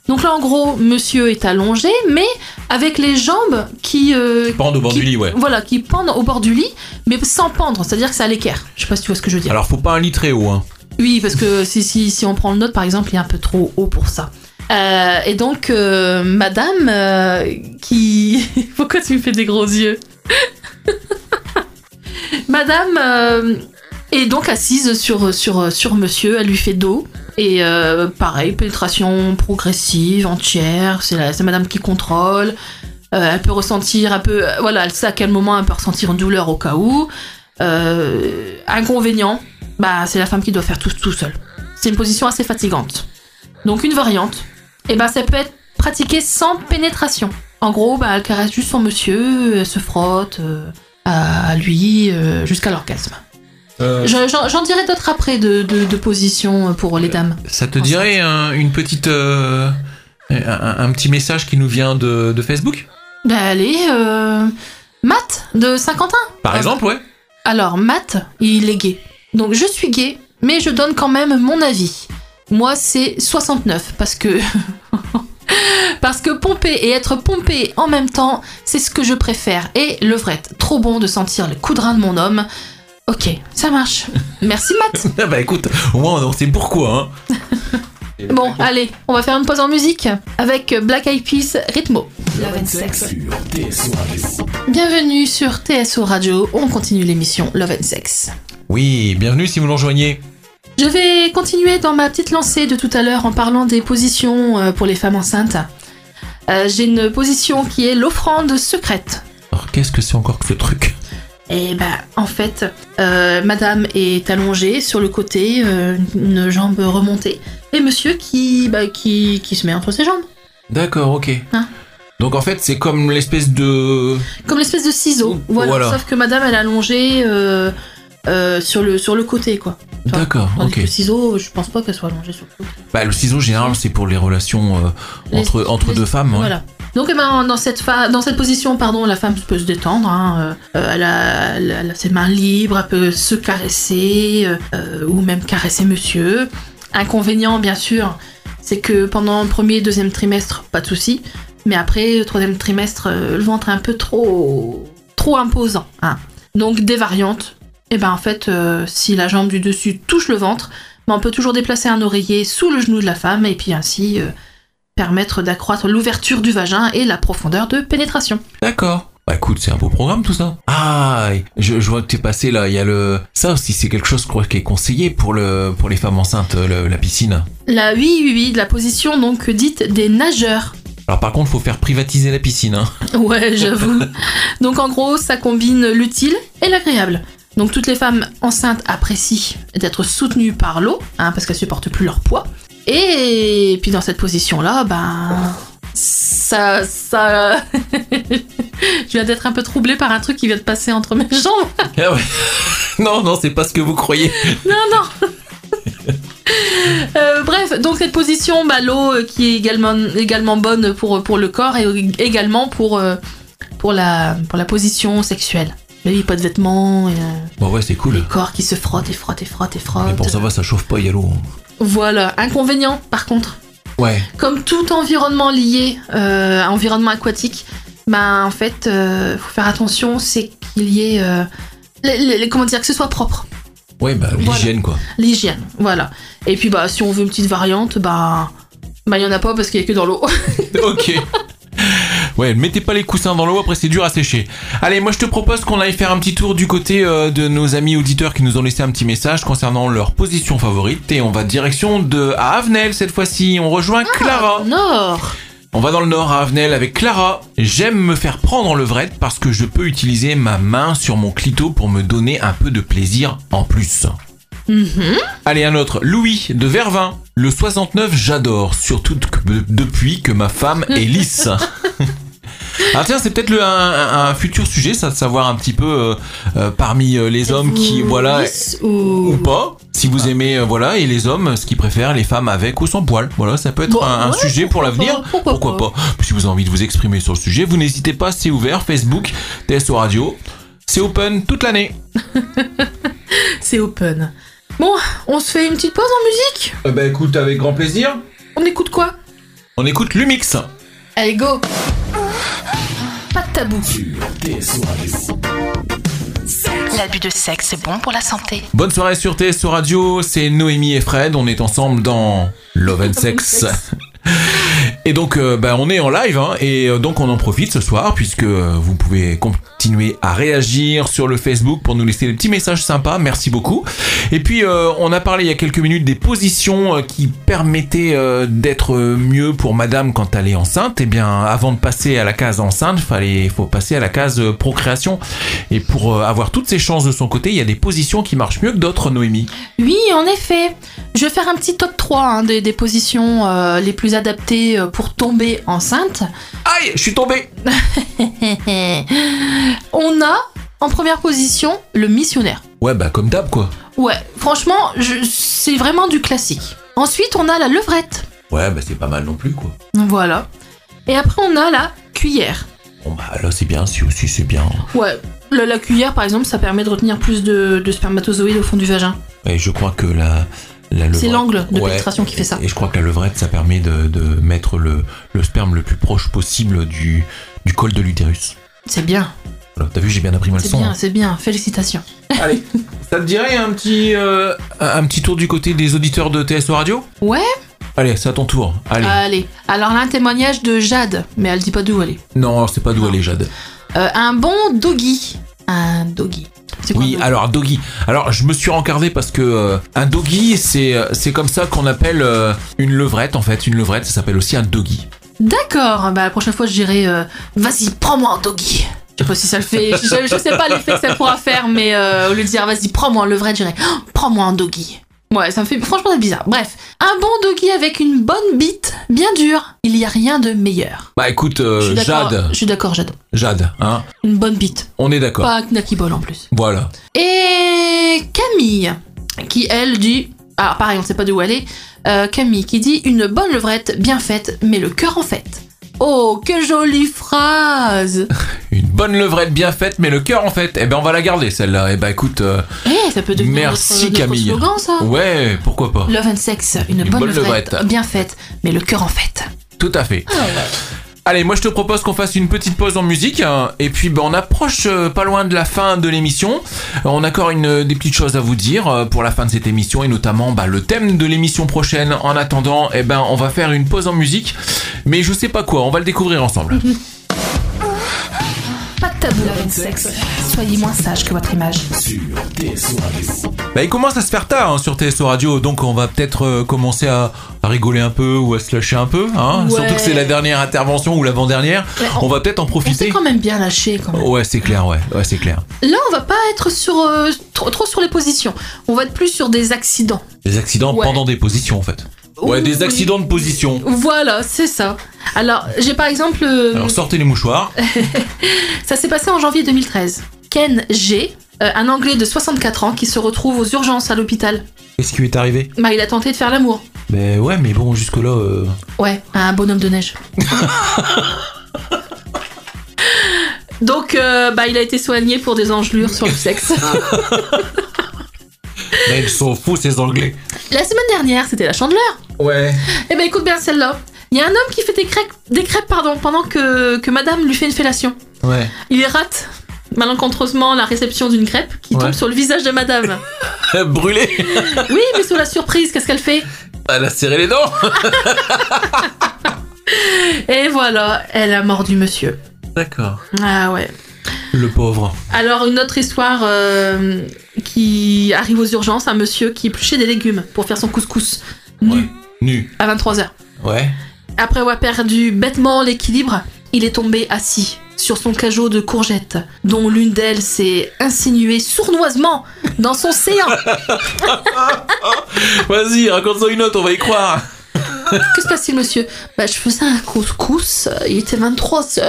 [SPEAKER 2] Donc là, en gros, monsieur est allongé, mais avec les jambes qui. euh,
[SPEAKER 1] Pendre au bord
[SPEAKER 2] qui-
[SPEAKER 1] du lit ouais.
[SPEAKER 2] Voilà, qui pendent au bord du lit, mais sans pendre, c'est-à-dire que c'est à l'équerre. Je sais pas si tu vois ce que je veux dire.
[SPEAKER 1] Alors faut pas un lit très haut hein.
[SPEAKER 2] Oui, parce que si, si, si on prend le note, par exemple, il est un peu trop haut pour ça. Euh, et donc, euh, madame euh, qui... Pourquoi tu me fais des gros yeux Madame euh, est donc assise sur, sur, sur monsieur, elle lui fait dos. Et euh, pareil, pénétration progressive, entière, c'est la- c'est madame qui contrôle. Euh, elle peut ressentir un peu, euh, voilà, elle sait à quel moment elle peut ressentir une douleur au cas où. Euh, inconvénient, bah c'est la femme qui doit faire tout tout seule. C'est une position assez fatigante. Donc une variante, et ben ça peut être pratiqué sans pénétration. En gros, bah, elle caresse juste son monsieur, elle se frotte euh, à lui euh, jusqu'à l'orgasme.
[SPEAKER 1] Euh,
[SPEAKER 2] Je- J'en j'en dirai d'autres après de, de, de positions pour les dames.
[SPEAKER 1] Ça te dirait un- une petite. euh, un, un petit message qui nous vient de, de Facebook
[SPEAKER 2] Bah allez, euh, Matt de Saint-Quentin.
[SPEAKER 1] Par
[SPEAKER 2] Ah.
[SPEAKER 1] exemple, ouais.
[SPEAKER 2] Alors, Matt, il est gay. Donc, je suis gay, mais je donne quand même mon avis. Moi, c'est 69, parce que... parce que pomper et être pompé en même temps, c'est ce que je préfère. Et levrette, trop bon de sentir le coup de rein de mon homme. Ok, ça marche. Merci, Matt.
[SPEAKER 1] Ah bah écoute, au moins on sait pourquoi. hein.
[SPEAKER 2] Bon, allez, on va faire une pause en musique avec Black Eyed Peas Rhythmo.
[SPEAKER 3] Love and Sex.
[SPEAKER 4] sur tes soirées.
[SPEAKER 2] Bienvenue sur TSO Radio, on continue l'émission Love and Sex.
[SPEAKER 1] hein. Oui, bienvenue si vous nous rejoignez.
[SPEAKER 2] Je vais continuer dans ma petite lancée de tout à l'heure en parlant des positions euh, pour les femmes enceintes. Euh, J'ai une position qui est l'offrande secrète.
[SPEAKER 1] Alors qu'est-ce que c'est encore que ce truc
[SPEAKER 2] Et bah, en fait, euh, madame est allongée sur le côté, euh, une jambe remontée, et monsieur qui, bah, qui, qui se met entre ses jambes.
[SPEAKER 1] D'accord, ok.
[SPEAKER 2] Hein
[SPEAKER 1] Donc en fait, c'est comme l'espèce de.
[SPEAKER 2] Comme l'espèce de ciseau.
[SPEAKER 1] Ouh,
[SPEAKER 2] Voilà.
[SPEAKER 1] voilà.
[SPEAKER 2] Sauf que madame, elle est allongée euh, euh, sur, le, sur le côté, quoi. Enfin,
[SPEAKER 1] D'accord,
[SPEAKER 2] Tandis
[SPEAKER 1] ok.
[SPEAKER 2] que le ciseau, je pense pas qu'elle soit allongée sur le côté.
[SPEAKER 1] Bah, le ciseau général, c'est pour les relations euh,
[SPEAKER 2] Les-
[SPEAKER 1] entre, entre
[SPEAKER 2] les-
[SPEAKER 1] deux femmes. hein. ouais.
[SPEAKER 2] Voilà. Donc eh ben, dans, cette fa- dans cette position, pardon, la femme peut se détendre. hein, euh, elle, a, elle a- elle a ses mains libres, elle peut se caresser euh, euh, ou même caresser monsieur. Inconvénient, bien sûr, c'est que pendant le premier et deuxième trimestre, pas de souci. Mais après, le troisième trimestre, euh, le ventre est un peu trop, trop imposant. hein. Donc des variantes. Et ben en fait, euh, si la jambe du dessus touche le ventre, ben, on peut toujours déplacer un oreiller sous le genou de la femme et puis ainsi euh, permettre d'accroître l'ouverture du vagin et la profondeur de pénétration.
[SPEAKER 1] D'accord. Bah écoute, c'est un beau programme tout ça. Ah, je, je vois que t'es passé là. Il y a le ça aussi, c'est quelque chose je crois, qui est conseillé pour le pour les femmes enceintes, le- la piscine.
[SPEAKER 2] La oui, oui, oui, de la position donc dite des nageurs.
[SPEAKER 1] Alors par contre, faut faire privatiser la piscine. Hein.
[SPEAKER 2] Ouais, j'avoue. donc en gros, ça combine l'utile et l'agréable. Donc toutes les femmes enceintes apprécient d'être soutenues par l'eau, hein, parce qu'elles supportent plus leur poids. Et puis dans cette position-là, ben ça, ça. Je viens d'être un peu troublée par un truc qui vient de passer entre mes jambes.
[SPEAKER 1] Ah ouais. non, non, c'est pas ce que vous croyez.
[SPEAKER 2] Non, non Euh, bref, donc cette position, bah, l'eau euh, qui est également, également bonne pour, pour le corps et également pour, euh, pour, la, pour la position sexuelle. Mais oui, pas de vêtements, et, euh,
[SPEAKER 1] Bon Bah, ouais, c'est
[SPEAKER 2] les
[SPEAKER 1] cool.
[SPEAKER 2] corps qui se frottent et frottent et frottent et frottent.
[SPEAKER 1] Mais bon, ça va, ça chauffe pas, il y a l'eau.
[SPEAKER 2] Voilà, inconvénient par contre.
[SPEAKER 1] Ouais.
[SPEAKER 2] Comme tout environnement lié euh, à environnement aquatique, bah, en fait, euh, faut faire attention, c'est qu'il y ait. euh, les- les- les- comment dire, que ce soit propre.
[SPEAKER 1] Ouais, bah
[SPEAKER 2] Voilà.
[SPEAKER 1] l'hygiène quoi.
[SPEAKER 2] L'hygiène, voilà. Et puis bah si on veut une petite variante, bah bah il y en a pas parce qu'il y a que dans l'eau.
[SPEAKER 1] ok. Ouais, mettez pas les coussins dans l'eau, après c'est dur à sécher. Allez, moi je te propose qu'on aille faire un petit tour du côté euh, de nos amis auditeurs qui nous ont laissé un petit message concernant leur position favorite. Et on va direction de à Avenel cette fois-ci. On rejoint Clara.
[SPEAKER 2] Nord.
[SPEAKER 1] On va dans le nord à Avenel avec Clara. J'aime me faire prendre le vrai parce que je peux utiliser ma main sur mon clito pour me donner un peu de plaisir en plus.
[SPEAKER 2] Mhm.
[SPEAKER 1] Allez, un autre. Louis de Vervin. Le 69, j'adore. Surtout que- depuis que ma femme est lisse. Ah tiens, c'est peut-être le- un, un- un futur sujet, ça, de savoir un petit peu euh, euh, parmi euh, les hommes qui,
[SPEAKER 2] Vous
[SPEAKER 1] voilà,
[SPEAKER 2] lisse Ah.
[SPEAKER 1] ou
[SPEAKER 2] ou
[SPEAKER 1] pas, si vous aimez, euh, voilà, et les hommes, euh, ce qu'ils préfèrent, les femmes avec ou sans poil. Voilà, ça peut être
[SPEAKER 2] Bon,
[SPEAKER 1] un, un
[SPEAKER 2] ouais,
[SPEAKER 1] sujet pour l'avenir.
[SPEAKER 2] pas, pourquoi
[SPEAKER 1] Pourquoi pas Si vous avez envie de vous exprimer sur le sujet, vous n'hésitez pas, c'est ouvert, Facebook, TSO Radio. C'est open toute l'année.
[SPEAKER 2] C'est open. Bon, on se fait une petite pause en musique.
[SPEAKER 1] bah écoute, avec grand plaisir.
[SPEAKER 2] On écoute quoi
[SPEAKER 1] On écoute Lumix.
[SPEAKER 2] Allez go. Pas de tabou.
[SPEAKER 4] Sur tes soirées.
[SPEAKER 3] L'abus de sexe est bon pour la santé.
[SPEAKER 1] Bonne soirée sur TSO Radio, c'est Noémie et Fred, on est ensemble dans Love and Sex. Et donc, euh, bah, on est en live, hein, et euh, donc on en profite ce soir, puisque euh, vous pouvez continuer à réagir sur le Facebook pour nous laisser des petits messages sympas. Merci beaucoup. Et puis, euh, on a parlé il y a quelques minutes des positions euh, qui permettaient euh, d'être euh, mieux pour madame quand elle est enceinte. Et bien, avant de passer à la case enceinte, fallait, faut passer à la case euh, procréation. Et pour euh, avoir toutes ces chances de son côté, il y a des positions qui marchent mieux que d'autres, Noémie.
[SPEAKER 2] Oui, en effet. Je vais faire un petit top 3 hein, des, des positions euh, les plus adaptées euh, pour tomber enceinte.
[SPEAKER 1] Aïe, je suis tombé
[SPEAKER 2] On a en première position le missionnaire.
[SPEAKER 1] Ouais, bah comme d'hab, quoi.
[SPEAKER 2] Ouais, franchement, je- c'est vraiment du classique. Ensuite, on a la levrette.
[SPEAKER 1] Ouais, bah c'est pas mal non plus, quoi.
[SPEAKER 2] Voilà. Et après, on a la cuillère.
[SPEAKER 1] Bon bah là c'est bien, si aussi c'est bien.
[SPEAKER 2] Ouais, la, la cuillère, par exemple, ça permet de retenir plus de, de spermatozoïdes au fond du vagin.
[SPEAKER 1] Et je crois que la, la levrette...
[SPEAKER 2] C'est l'angle de
[SPEAKER 1] Ouais,
[SPEAKER 2] pénétration qui fait ça.
[SPEAKER 1] Et je crois que la levrette ça permet de, de mettre le, le sperme le plus proche possible du, du col de l'utérus.
[SPEAKER 2] C'est bien,
[SPEAKER 1] Voilà, t'as vu j'ai bien appris ma
[SPEAKER 2] c'est
[SPEAKER 1] leçon.
[SPEAKER 2] bien,
[SPEAKER 1] hein.
[SPEAKER 2] c'est bien. Félicitations.
[SPEAKER 1] Allez, ça te dirait un petit, euh, un petit tour du côté des auditeurs de TSO Radio
[SPEAKER 2] Ouais. Euh,
[SPEAKER 1] Allez, c'est à ton tour. Allez.
[SPEAKER 2] Allez. Alors là, un témoignage de Jade, mais elle dit pas d'où elle est.
[SPEAKER 1] Non, c'est pas d'où
[SPEAKER 2] non.
[SPEAKER 1] aller Jade.
[SPEAKER 2] Euh, un bon doggy. Un doggy. C'est quoi un
[SPEAKER 1] Oui,
[SPEAKER 2] doggy
[SPEAKER 1] alors doggy. Alors je me suis rencardé parce que euh, un doggy c'est euh, c'est comme ça qu'on appelle euh, une levrette en fait. Une levrette ça s'appelle aussi un doggy.
[SPEAKER 2] D'accord, bah la prochaine fois je dirais euh, vas-y prends-moi un doggy. Je sais pas si ça le fait, je, je sais pas l'effet que ça pourra faire, mais euh, au lieu de dire vas-y prends-moi un levrette, je dirais Oh, prends-moi un doggy. Ouais, ça me fait franchement c'est bizarre. Bref, un bon doggy avec une bonne bite, bien dure, il y a rien de meilleur.
[SPEAKER 1] Bah écoute euh,
[SPEAKER 2] je suis d'accord,
[SPEAKER 1] Jade,
[SPEAKER 2] Je suis d'accord, Jade.
[SPEAKER 1] Jade, hein,
[SPEAKER 2] Une bonne bite,
[SPEAKER 1] on est d'accord.
[SPEAKER 2] pas un knacky ball en plus.
[SPEAKER 1] Voilà.
[SPEAKER 2] Et Camille, qui elle dit, alors pareil, on sait pas d'où elle est, Euh, Camille qui dit une bonne levrette bien faite, mais le cœur en fête. Oh, que jolie phrase
[SPEAKER 1] Une bonne levrette bien faite mais le cœur en fait. Eh ben on va la garder celle-là. Eh ben écoute, euh,
[SPEAKER 2] Eh, ça peut devenir
[SPEAKER 1] Merci,
[SPEAKER 2] notre- notre
[SPEAKER 1] Camille.
[SPEAKER 2] slogan, ça
[SPEAKER 1] ouais, pourquoi pas.
[SPEAKER 2] Love and sex, une, bonne, levrette, bien faite, mais le cœur en fête.
[SPEAKER 1] Tout à fait. Allez, moi je te propose qu'on fasse une petite pause en musique hein, et puis ben, on approche euh, pas loin de la fin de l'émission. Euh, On a encore une, des petites choses à vous dire euh, pour la fin de cette émission et notamment bah, le thème de l'émission prochaine. En attendant, eh ben on va faire une pause en musique, mais je sais pas quoi, on va le découvrir ensemble.
[SPEAKER 2] Pas de tabou, love and sex. Soyez moins sage que votre image.
[SPEAKER 4] sur TSO Radio.
[SPEAKER 1] Bah il commence à se faire tard hein, sur TSO Radio, donc on va peut-être euh, commencer à, à rigoler un peu ou à se lâcher un peu, hein.
[SPEAKER 2] Ouais.
[SPEAKER 1] surtout que c'est la dernière intervention ou l'avant-dernière.
[SPEAKER 2] Ouais,
[SPEAKER 1] On
[SPEAKER 2] on-
[SPEAKER 1] va peut-être en
[SPEAKER 2] On s'est
[SPEAKER 1] profiter.
[SPEAKER 2] quand même bien lâché, quand même.
[SPEAKER 1] Ouais, c'est clair, ouais, ouais, c'est clair.
[SPEAKER 2] Là, on va pas être sur euh, trop, trop sur les positions. On va être plus sur des accidents.
[SPEAKER 1] Des accidents
[SPEAKER 2] Ouais.
[SPEAKER 1] pendant des positions en fait. Ouais, des
[SPEAKER 2] Oui.
[SPEAKER 1] accidents de position.
[SPEAKER 2] Voilà, c'est ça. Alors, j'ai par exemple. euh,
[SPEAKER 1] Alors sortez les mouchoirs.
[SPEAKER 2] ça s'est passé en janvier 2013. Ken G, euh, un Anglais de 64 ans qui se retrouve aux urgences à l'hôpital.
[SPEAKER 1] Qu'est-ce qui lui est arrivé
[SPEAKER 2] Bah, il a tenté de faire l'amour.
[SPEAKER 1] Ben ouais, mais bon, jusque-là. euh,
[SPEAKER 2] Ouais, à un bonhomme de neige. Donc, euh, bah, il a été soigné pour des engelures sur le sexe.
[SPEAKER 1] ben, ils sont fous ces Anglais.
[SPEAKER 2] la semaine dernière, c'était la chandeleur.
[SPEAKER 1] Ouais.
[SPEAKER 2] Eh ben, écoute bien celle-là. Il y a un homme qui fait des crêpes, des crêpes pardon, pendant que, que madame lui fait une fellation.
[SPEAKER 1] Ouais.
[SPEAKER 2] Il rate malencontreusement la réception d'une crêpe qui
[SPEAKER 1] Ouais.
[SPEAKER 2] tombe sur le visage de madame.
[SPEAKER 1] Brûlé.
[SPEAKER 2] oui, mais sous la surprise, qu'est-ce qu'elle fait
[SPEAKER 1] Elle a serré les dents.
[SPEAKER 2] Et voilà, elle a mordu monsieur.
[SPEAKER 1] D'accord.
[SPEAKER 2] Ah ouais.
[SPEAKER 1] Le pauvre.
[SPEAKER 2] Alors, une autre histoire euh, qui arrive aux urgences un monsieur qui épluchait des légumes pour faire son couscous nu
[SPEAKER 1] Ouais. Nu.
[SPEAKER 2] à 23h.
[SPEAKER 1] Ouais.
[SPEAKER 2] Après avoir perdu bêtement l'équilibre, il est tombé assis sur son cajot de courgettes, dont l'une d'elles s'est insinuée sournoisement dans son séant.
[SPEAKER 1] Vas-y, raconte-en une autre, on va y croire.
[SPEAKER 2] Que se passe-t-il, monsieur Bah, je faisais un couscous, euh, il était 23h,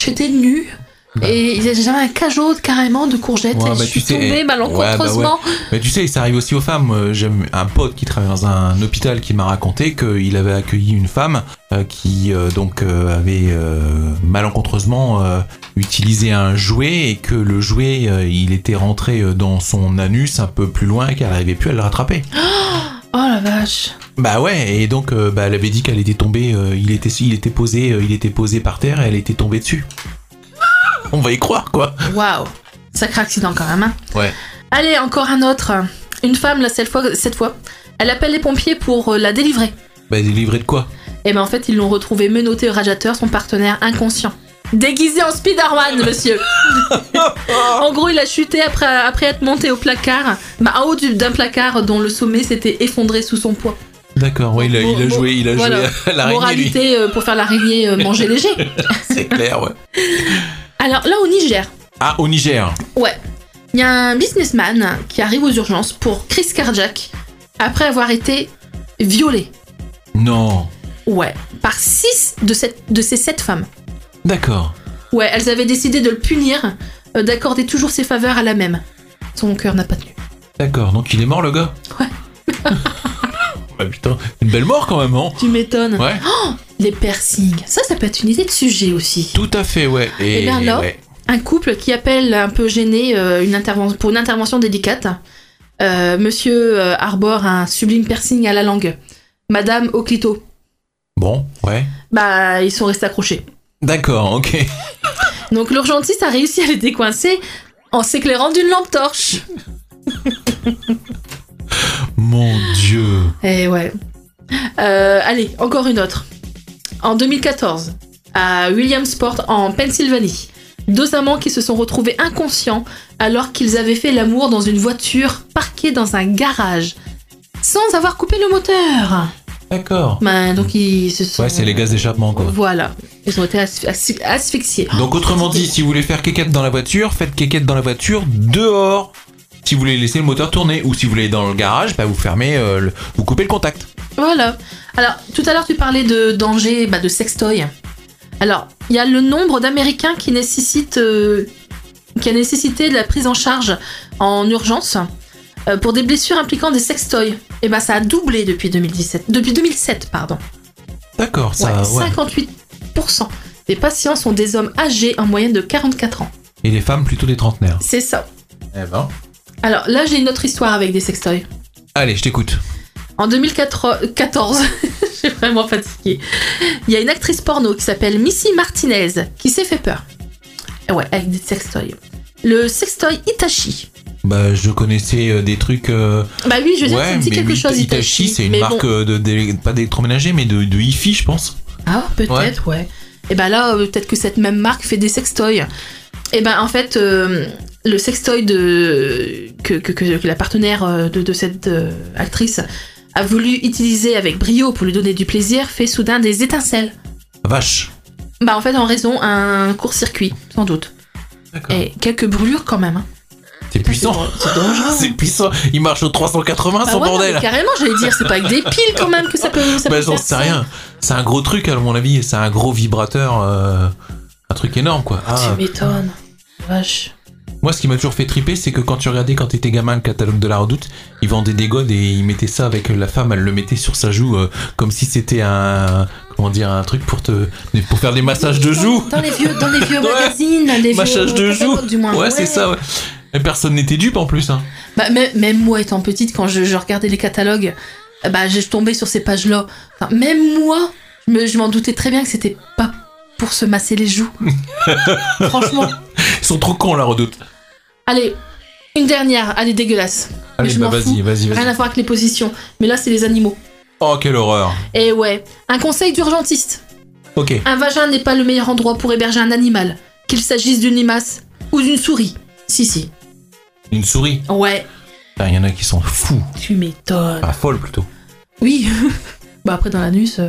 [SPEAKER 2] j'étais nue.
[SPEAKER 1] Bah.
[SPEAKER 2] Et j'avais un cajot carrément de courgettes
[SPEAKER 1] Ouais,
[SPEAKER 2] et
[SPEAKER 1] bah,
[SPEAKER 2] je
[SPEAKER 1] tu
[SPEAKER 2] suis
[SPEAKER 1] sais,
[SPEAKER 2] tombée
[SPEAKER 1] eh,
[SPEAKER 2] malencontreusement.
[SPEAKER 1] Mais tu sais, ça arrive aussi aux femmes. Euh, J'ai un pote qui travaille dans un hôpital qui m'a raconté qu'il avait accueilli une femme euh, qui euh, donc euh, avait euh, malencontreusement euh, utilisé un jouet et que le jouet euh, il était rentré euh, dans son anus un peu plus loin et qu'elle n'arrivait plus à le rattraper.
[SPEAKER 2] Oh la vache.
[SPEAKER 1] Bah ouais, et donc euh, bah, elle avait dit qu'elle était tombée, euh, il était il était posé, euh, il était posé par terre et elle était tombée dessus. On va y croire quoi.
[SPEAKER 2] Waouh. Sacré accident quand même. hein.
[SPEAKER 1] Ouais.
[SPEAKER 2] Allez, encore un autre. Une femme, là, cette fois, cette fois, elle appelle les pompiers pour euh, la délivrer.
[SPEAKER 1] Bah délivré de quoi
[SPEAKER 2] Et ben en fait, ils l'ont retrouvé menotté au radiateur, son partenaire inconscient. Déguisé en Spider-Man, monsieur. en gros, il a chuté après, après être monté au placard, bah, en haut du- d'un placard dont le sommet s'était effondré sous son poids.
[SPEAKER 1] D'accord, ouais, il a,
[SPEAKER 2] Bon,
[SPEAKER 1] il a
[SPEAKER 2] bon,
[SPEAKER 1] joué, il a
[SPEAKER 2] voilà.
[SPEAKER 1] joué à l'araignée, lui.
[SPEAKER 2] Moralité euh, pour faire l'araignée euh, manger léger.
[SPEAKER 1] C'est clair, ouais.
[SPEAKER 2] Alors là, au Niger,
[SPEAKER 1] Ah, au Niger.
[SPEAKER 2] Ouais. Il y a un businessman qui arrive aux urgences pour crise cardiaque après avoir été violé.
[SPEAKER 1] Non.
[SPEAKER 2] Ouais. Par six de, sept- de ces sept femmes.
[SPEAKER 1] D'accord.
[SPEAKER 2] Ouais, elles avaient décidé de le punir, euh, d'accorder toujours ses faveurs à la même. Son cœur n'a pas tenu.
[SPEAKER 1] D'accord, donc il est mort, le gars
[SPEAKER 2] Ouais.
[SPEAKER 1] bah putain, une belle mort quand même, hein
[SPEAKER 2] Tu m'étonnes.
[SPEAKER 1] Ouais,
[SPEAKER 2] Les piercings. Ça, ça peut être une idée de sujet aussi.
[SPEAKER 1] tout à fait, ouais. Et,
[SPEAKER 2] Eh bien, là,
[SPEAKER 1] ouais.
[SPEAKER 2] Un couple qui appelle un peu gêné euh, une interven- pour une intervention délicate. Euh, monsieur euh, arbore un sublime piercing à la langue. Madame au clito.
[SPEAKER 1] Bon, ouais.
[SPEAKER 2] Bah, ils sont restés accrochés.
[SPEAKER 1] D'accord, ok.
[SPEAKER 2] Donc l'urgentiste a réussi à les décoincer en s'éclairant d'une lampe torche.
[SPEAKER 1] Mon dieu.
[SPEAKER 2] Eh ouais. Euh, allez, encore une autre. En 2014, à Williamsport, en Pennsylvanie, deux amants qui se sont retrouvés inconscients alors qu'ils avaient fait l'amour dans une voiture parquée dans un garage, sans avoir coupé le moteur.
[SPEAKER 1] D'accord.
[SPEAKER 2] Ben, donc ils se sont...
[SPEAKER 1] Ouais, c'est les gaz d'échappement, quoi.
[SPEAKER 2] Voilà. Ils ont été as- as- asphyxiés.
[SPEAKER 1] Donc autrement dit, si vous voulez faire quéquette dans la voiture, faites quéquette dans la voiture dehors. Si vous voulez laisser le moteur tourner ou si vous voulez dans le garage, bah vous fermez, euh, le- vous coupez le contact.
[SPEAKER 2] Voilà. Alors, tout à l'heure, tu parlais de danger, bah, de sextoy. Alors, il y a le nombre d'Américains qui nécessitent, euh, qui a nécessité de la prise en charge en urgence euh, pour des blessures impliquant des sextoys. Et bah, ça a doublé depuis 2017, depuis 2007, pardon.
[SPEAKER 1] D'accord,
[SPEAKER 2] Ouais,
[SPEAKER 1] ça. ouais.
[SPEAKER 2] 58% des patients sont des hommes âgés en moyenne de 44 ans.
[SPEAKER 1] Et les femmes plutôt des trentenaires.
[SPEAKER 2] C'est ça.
[SPEAKER 1] Eh ben.
[SPEAKER 2] Alors là, j'ai une autre histoire avec des sextoys.
[SPEAKER 1] Allez, je t'écoute.
[SPEAKER 2] En 2014, j'ai vraiment fatigué. Il y a une actrice porno qui s'appelle Missy Martinez qui s'est fait peur. Ouais, avec des sextoys. Le sextoy Itachi.
[SPEAKER 1] Bah je connaissais euh, des trucs. euh,
[SPEAKER 2] Bah oui, je veux dire, ça
[SPEAKER 1] ouais,
[SPEAKER 2] me dit
[SPEAKER 1] mais
[SPEAKER 2] quelque
[SPEAKER 1] Ita-
[SPEAKER 2] chose.
[SPEAKER 1] Hitachi, c'est une
[SPEAKER 2] mais
[SPEAKER 1] marque
[SPEAKER 2] bon.
[SPEAKER 1] euh, de, de- pas d'électroménager, mais de, de hi-fi, je pense.
[SPEAKER 2] Ah, peut-être, ouais. Et bah là, euh, peut-être que cette même marque fait des sextoys. Et ben en fait, euh, le sextoy de que, que- que- que la partenaire euh, de, de cette euh, actrice a voulu utiliser avec brio pour lui donner du plaisir fait soudain des étincelles.
[SPEAKER 1] Ah, Vache.
[SPEAKER 2] Bah en fait en raison un court-circuit, sans doute.
[SPEAKER 1] D'accord.
[SPEAKER 2] Et quelques brûlures quand même. hein.
[SPEAKER 1] C'est puissant. Ah,
[SPEAKER 2] C'est dangereux.
[SPEAKER 1] C'est puissant. Il marche au 380
[SPEAKER 2] Bah
[SPEAKER 1] sans
[SPEAKER 2] ouais, non,
[SPEAKER 1] bordel.
[SPEAKER 2] mais Carrément, j'allais dire, c'est pas avec des piles quand même que ça peut. Ça
[SPEAKER 1] Bah
[SPEAKER 2] peut
[SPEAKER 1] j'en
[SPEAKER 2] faire
[SPEAKER 1] sais
[SPEAKER 2] ça.
[SPEAKER 1] rien. C'est un gros truc à mon avis. C'est un gros vibrateur. euh, un truc énorme quoi. Ah,
[SPEAKER 2] Tu m'étonnes. Vache.
[SPEAKER 1] moi ce qui m'a toujours fait triper c'est que quand tu regardais quand t'étais gamin le catalogue de la redoute, ils vendaient des godes et ils mettaient ça avec euh, la femme, elle le mettait sur sa joue euh, comme si c'était un comment dire un truc pour te pour faire des massages de joues.
[SPEAKER 2] Dans les vieux, dans les vieux
[SPEAKER 1] Ouais.
[SPEAKER 2] magazines, les
[SPEAKER 1] Massage
[SPEAKER 2] vieux
[SPEAKER 1] de joues.
[SPEAKER 2] catalogues, du moins.
[SPEAKER 1] Ouais, c'est ça ouais. Et personne n'était dupe en plus hein.
[SPEAKER 2] Bah, même, même moi étant petite, quand je, je regardais les catalogues, euh, bah je tombais sur ces pages-là. Enfin, même moi, je me- je m'en doutais très bien que c'était pas pour se masser les joues. Franchement.
[SPEAKER 1] Ils sont trop cons la redoute.
[SPEAKER 2] Allez, une dernière. Allez, dégueulasse.
[SPEAKER 1] Allez
[SPEAKER 2] Ah, je
[SPEAKER 1] bah
[SPEAKER 2] m'en
[SPEAKER 1] vas-y,
[SPEAKER 2] fous.
[SPEAKER 1] vas-y,
[SPEAKER 2] Rien à
[SPEAKER 1] vas-y.
[SPEAKER 2] voir avec les positions, mais là c'est les animaux.
[SPEAKER 1] Oh quelle horreur.
[SPEAKER 2] Et ouais, un conseil d'urgentiste.
[SPEAKER 1] OK.
[SPEAKER 2] Un vagin n'est pas le meilleur endroit pour héberger un animal, qu'il s'agisse d'une limace ou d'une souris. Si si.
[SPEAKER 1] Une souris.
[SPEAKER 2] Ouais,
[SPEAKER 1] Putain, Il y en a qui sont fous,
[SPEAKER 2] tu m'étonnes.
[SPEAKER 1] pas folles plutôt.
[SPEAKER 2] Oui. bah après dans l'anus. euh.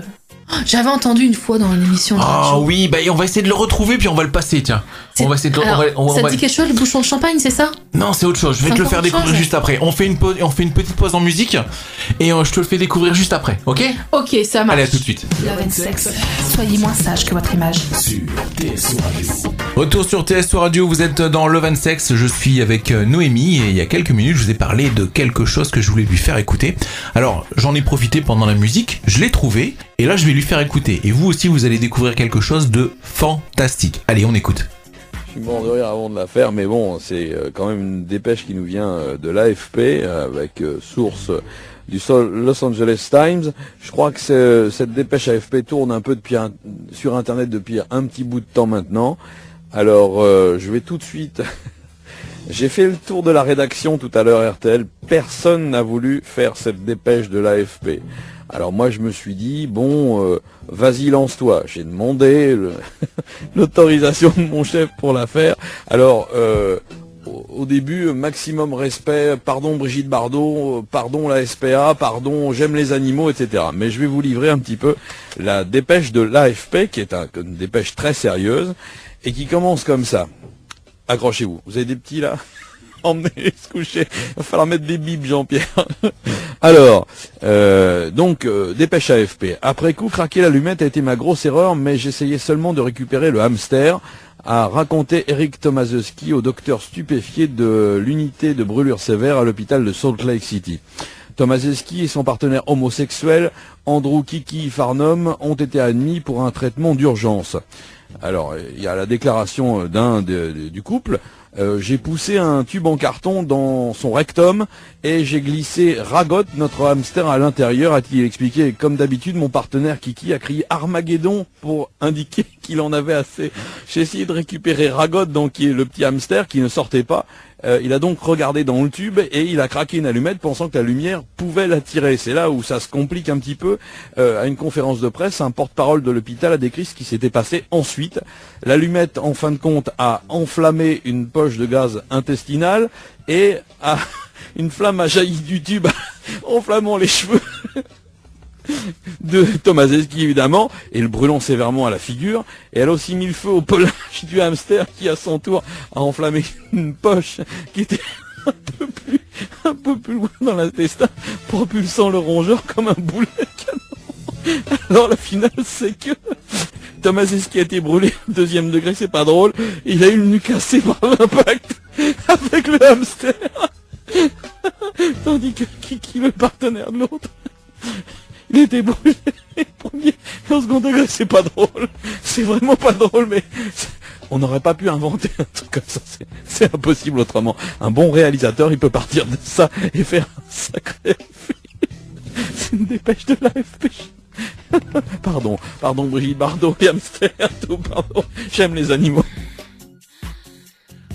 [SPEAKER 2] Oh, J'avais entendu une fois dans une émission de
[SPEAKER 1] Ah
[SPEAKER 2] radio.
[SPEAKER 1] oui, bah et on va essayer de le retrouver puis on va le passer, tiens.
[SPEAKER 2] C'est-
[SPEAKER 1] On va essayer de le-
[SPEAKER 2] Alors,
[SPEAKER 1] on va- on va- on
[SPEAKER 2] ça te
[SPEAKER 1] va-
[SPEAKER 2] dit quelque chose le bouchon de champagne, c'est ça
[SPEAKER 1] Non, c'est autre chose. Je vais
[SPEAKER 2] C'est
[SPEAKER 1] te le
[SPEAKER 2] encore
[SPEAKER 1] faire
[SPEAKER 2] autre
[SPEAKER 1] découvrir
[SPEAKER 2] chose
[SPEAKER 1] juste après. On fait une pause, on fait une petite pause en musique et euh, je te le fais découvrir juste après, ok
[SPEAKER 2] Ok, ça marche.
[SPEAKER 1] Allez, à tout de suite.
[SPEAKER 2] Love and sex. Soyez moins sage que votre image.
[SPEAKER 4] sur TSO Radio.
[SPEAKER 1] Retour sur TSO Radio, vous êtes dans Love and Sex, je suis avec euh, Noémie et il y a quelques minutes je vous ai parlé de quelque chose que je voulais lui faire écouter. Alors j'en ai profité pendant la musique, je l'ai trouvé et là je vais lui faire écouter. Et vous aussi vous allez découvrir quelque chose de fantastique. Allez on écoute.
[SPEAKER 5] Je suis mort de rire avant de la faire, mais bon, c'est euh, quand même une dépêche qui nous vient euh, de l'AFP euh, avec euh, source euh, du Sol- Los Angeles Times. Je crois que c'est- cette dépêche AFP tourne un peu depuis un- sur Internet depuis un petit bout de temps maintenant. Alors, euh, je vais tout de suite. J'ai fait le tour de la rédaction tout à l'heure RTL. Personne n'a voulu faire cette dépêche de l'AFP. Alors moi je me suis dit, bon, euh, vas-y lance-toi. J'ai demandé le- l'autorisation de mon chef pour la faire. Alors euh, au au début, euh, maximum respect, pardon Brigitte Bardot, euh, pardon la SPA, pardon j'aime les animaux, etc. Mais je vais vous livrer un petit peu la dépêche de l'AFP, qui est un- une dépêche très sérieuse, et qui commence comme ça. Accrochez-vous. Vous avez des petits là Emmenez-les se coucher. Il va falloir mettre des bibles, Jean-Pierre. Alors, euh, donc, euh, dépêche AFP. Après coup, craquer l'allumette a été ma grosse erreur, mais j'essayais seulement de récupérer le hamster, a raconté Eric Tomaszewski au docteur stupéfié de l'unité de brûlure sévère à l'hôpital de Salt Lake City. Tomaszewski et son partenaire homosexuel, Andrew Kiki Farnum, ont été admis pour un traitement d'urgence. Alors, il y a la déclaration euh, d'un de- de- du couple. Euh, j'ai poussé un tube en carton dans son rectum et j'ai glissé Ragotte, notre hamster, à l'intérieur, a-t-il expliqué. Comme d'habitude, mon partenaire Kiki a crié Armageddon pour indiquer qu'il en avait assez. J'ai essayé de récupérer Ragotte, donc qui est le petit hamster qui ne sortait pas. Euh, il a donc regardé dans le tube et il a craqué une allumette pensant que la lumière pouvait l'attirer. C'est là où ça se complique un petit peu. Euh, à une conférence de presse, un porte-parole de l'hôpital a décrit ce qui s'était passé ensuite. L'allumette, en fin de compte, a enflammé une poche de gaz intestinal et a- une flamme a jailli du tube enflammant les cheveux de Thomas Eski évidemment et le brûlant sévèrement à la figure et elle a aussi mis le feu au pelage du hamster qui à son tour a enflammé une poche qui était un peu plus un peu plus loin dans l'intestin propulsant le rongeur comme un boulet de canon. Alors la finale c'est que Thomas Eski a été brûlé au deuxième degré, c'est pas drôle. Il a eu le nez cassé par l'impact avec le hamster. Tandis que Kiki, le partenaire de l'autre, il était brûlé au premier et au second degré, c'est pas drôle. C'est vraiment pas drôle, mais c'est- on n'aurait pas pu inventer un truc comme ça. C'est- C'est impossible autrement. Un bon réalisateur, il peut partir de ça et faire un sacré film. C'est une dépêche de l'AFP. Pardon, pardon Brigitte Bardot et Hamster, tout pardon. J'aime les animaux.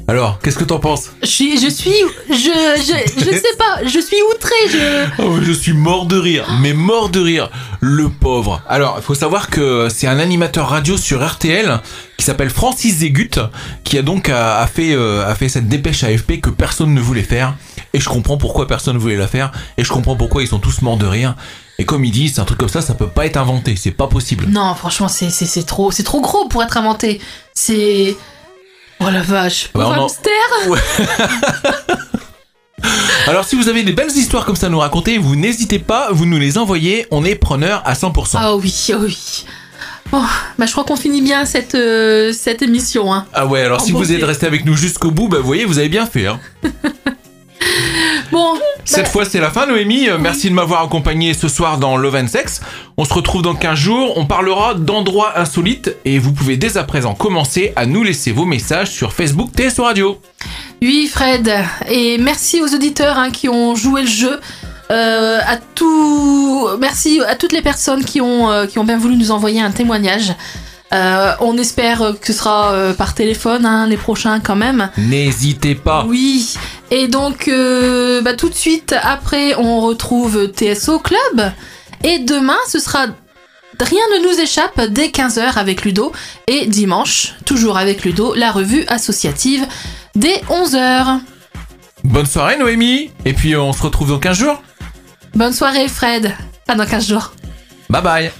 [SPEAKER 1] Alors, qu'est-ce que t'en penses
[SPEAKER 2] Je, suis- je suis. Je, je, je sais pas, je suis outré. Je...
[SPEAKER 1] Oh, Je suis mort de rire, mais mort de rire, le pauvre. Alors, il faut savoir que c'est un animateur radio sur RTL qui s'appelle Francis Zégut, qui a donc a, a fait, euh, a fait cette dépêche AFP que personne ne voulait faire. Et je comprends pourquoi personne ne voulait la faire, et je comprends pourquoi ils sont tous morts de rire. Et comme ils disent, un truc comme ça, ça peut pas être inventé, c'est pas possible.
[SPEAKER 2] Non, franchement, c'est, c'est, c'est trop, c'est trop gros pour être inventé. C'est. Oh la vache.
[SPEAKER 1] Bah,
[SPEAKER 2] Pauvre
[SPEAKER 1] on en-
[SPEAKER 2] hamster.
[SPEAKER 1] Alors si vous avez des belles histoires comme ça à nous raconter, vous n'hésitez pas, vous nous les envoyez, on est preneur à 100%.
[SPEAKER 2] Ah oui, ah oui. Bon, bah, je crois qu'on finit bien cette, euh, cette émission. Hein.
[SPEAKER 1] Ah ouais, alors
[SPEAKER 2] Oh,
[SPEAKER 1] si
[SPEAKER 2] bon
[SPEAKER 1] vous êtes
[SPEAKER 2] Dieu.
[SPEAKER 1] resté avec nous jusqu'au bout, bah vous voyez, vous avez bien fait. hein.
[SPEAKER 2] Bon,
[SPEAKER 1] Cette fois, c'est la fin, Noémie. Euh, Merci de m'avoir accompagné ce soir dans Love and Sex. On se retrouve dans 15 jours. On parlera d'endroits insolites et vous pouvez dès à présent commencer à nous laisser vos messages sur Facebook TSO Radio.
[SPEAKER 2] oui, Fred. Et merci aux auditeurs hein, qui ont joué le jeu. Euh, à tout... Merci à toutes les personnes qui ont, euh, qui ont bien voulu nous envoyer un témoignage. Euh, on espère euh, que ce sera euh, par téléphone hein, les prochains quand même.
[SPEAKER 1] N'hésitez pas.
[SPEAKER 2] Oui. Et donc euh, bah, tout de suite après on retrouve TSO Club. Et demain ce sera Rien ne nous échappe dès 15h avec Ludo. Et dimanche, toujours avec Ludo, la revue associative dès 11h.
[SPEAKER 1] Bonne soirée, Noémie. Et puis, on se retrouve dans 15 jours.
[SPEAKER 2] Bonne soirée Fred. À dans 15 jours.
[SPEAKER 1] Bye bye.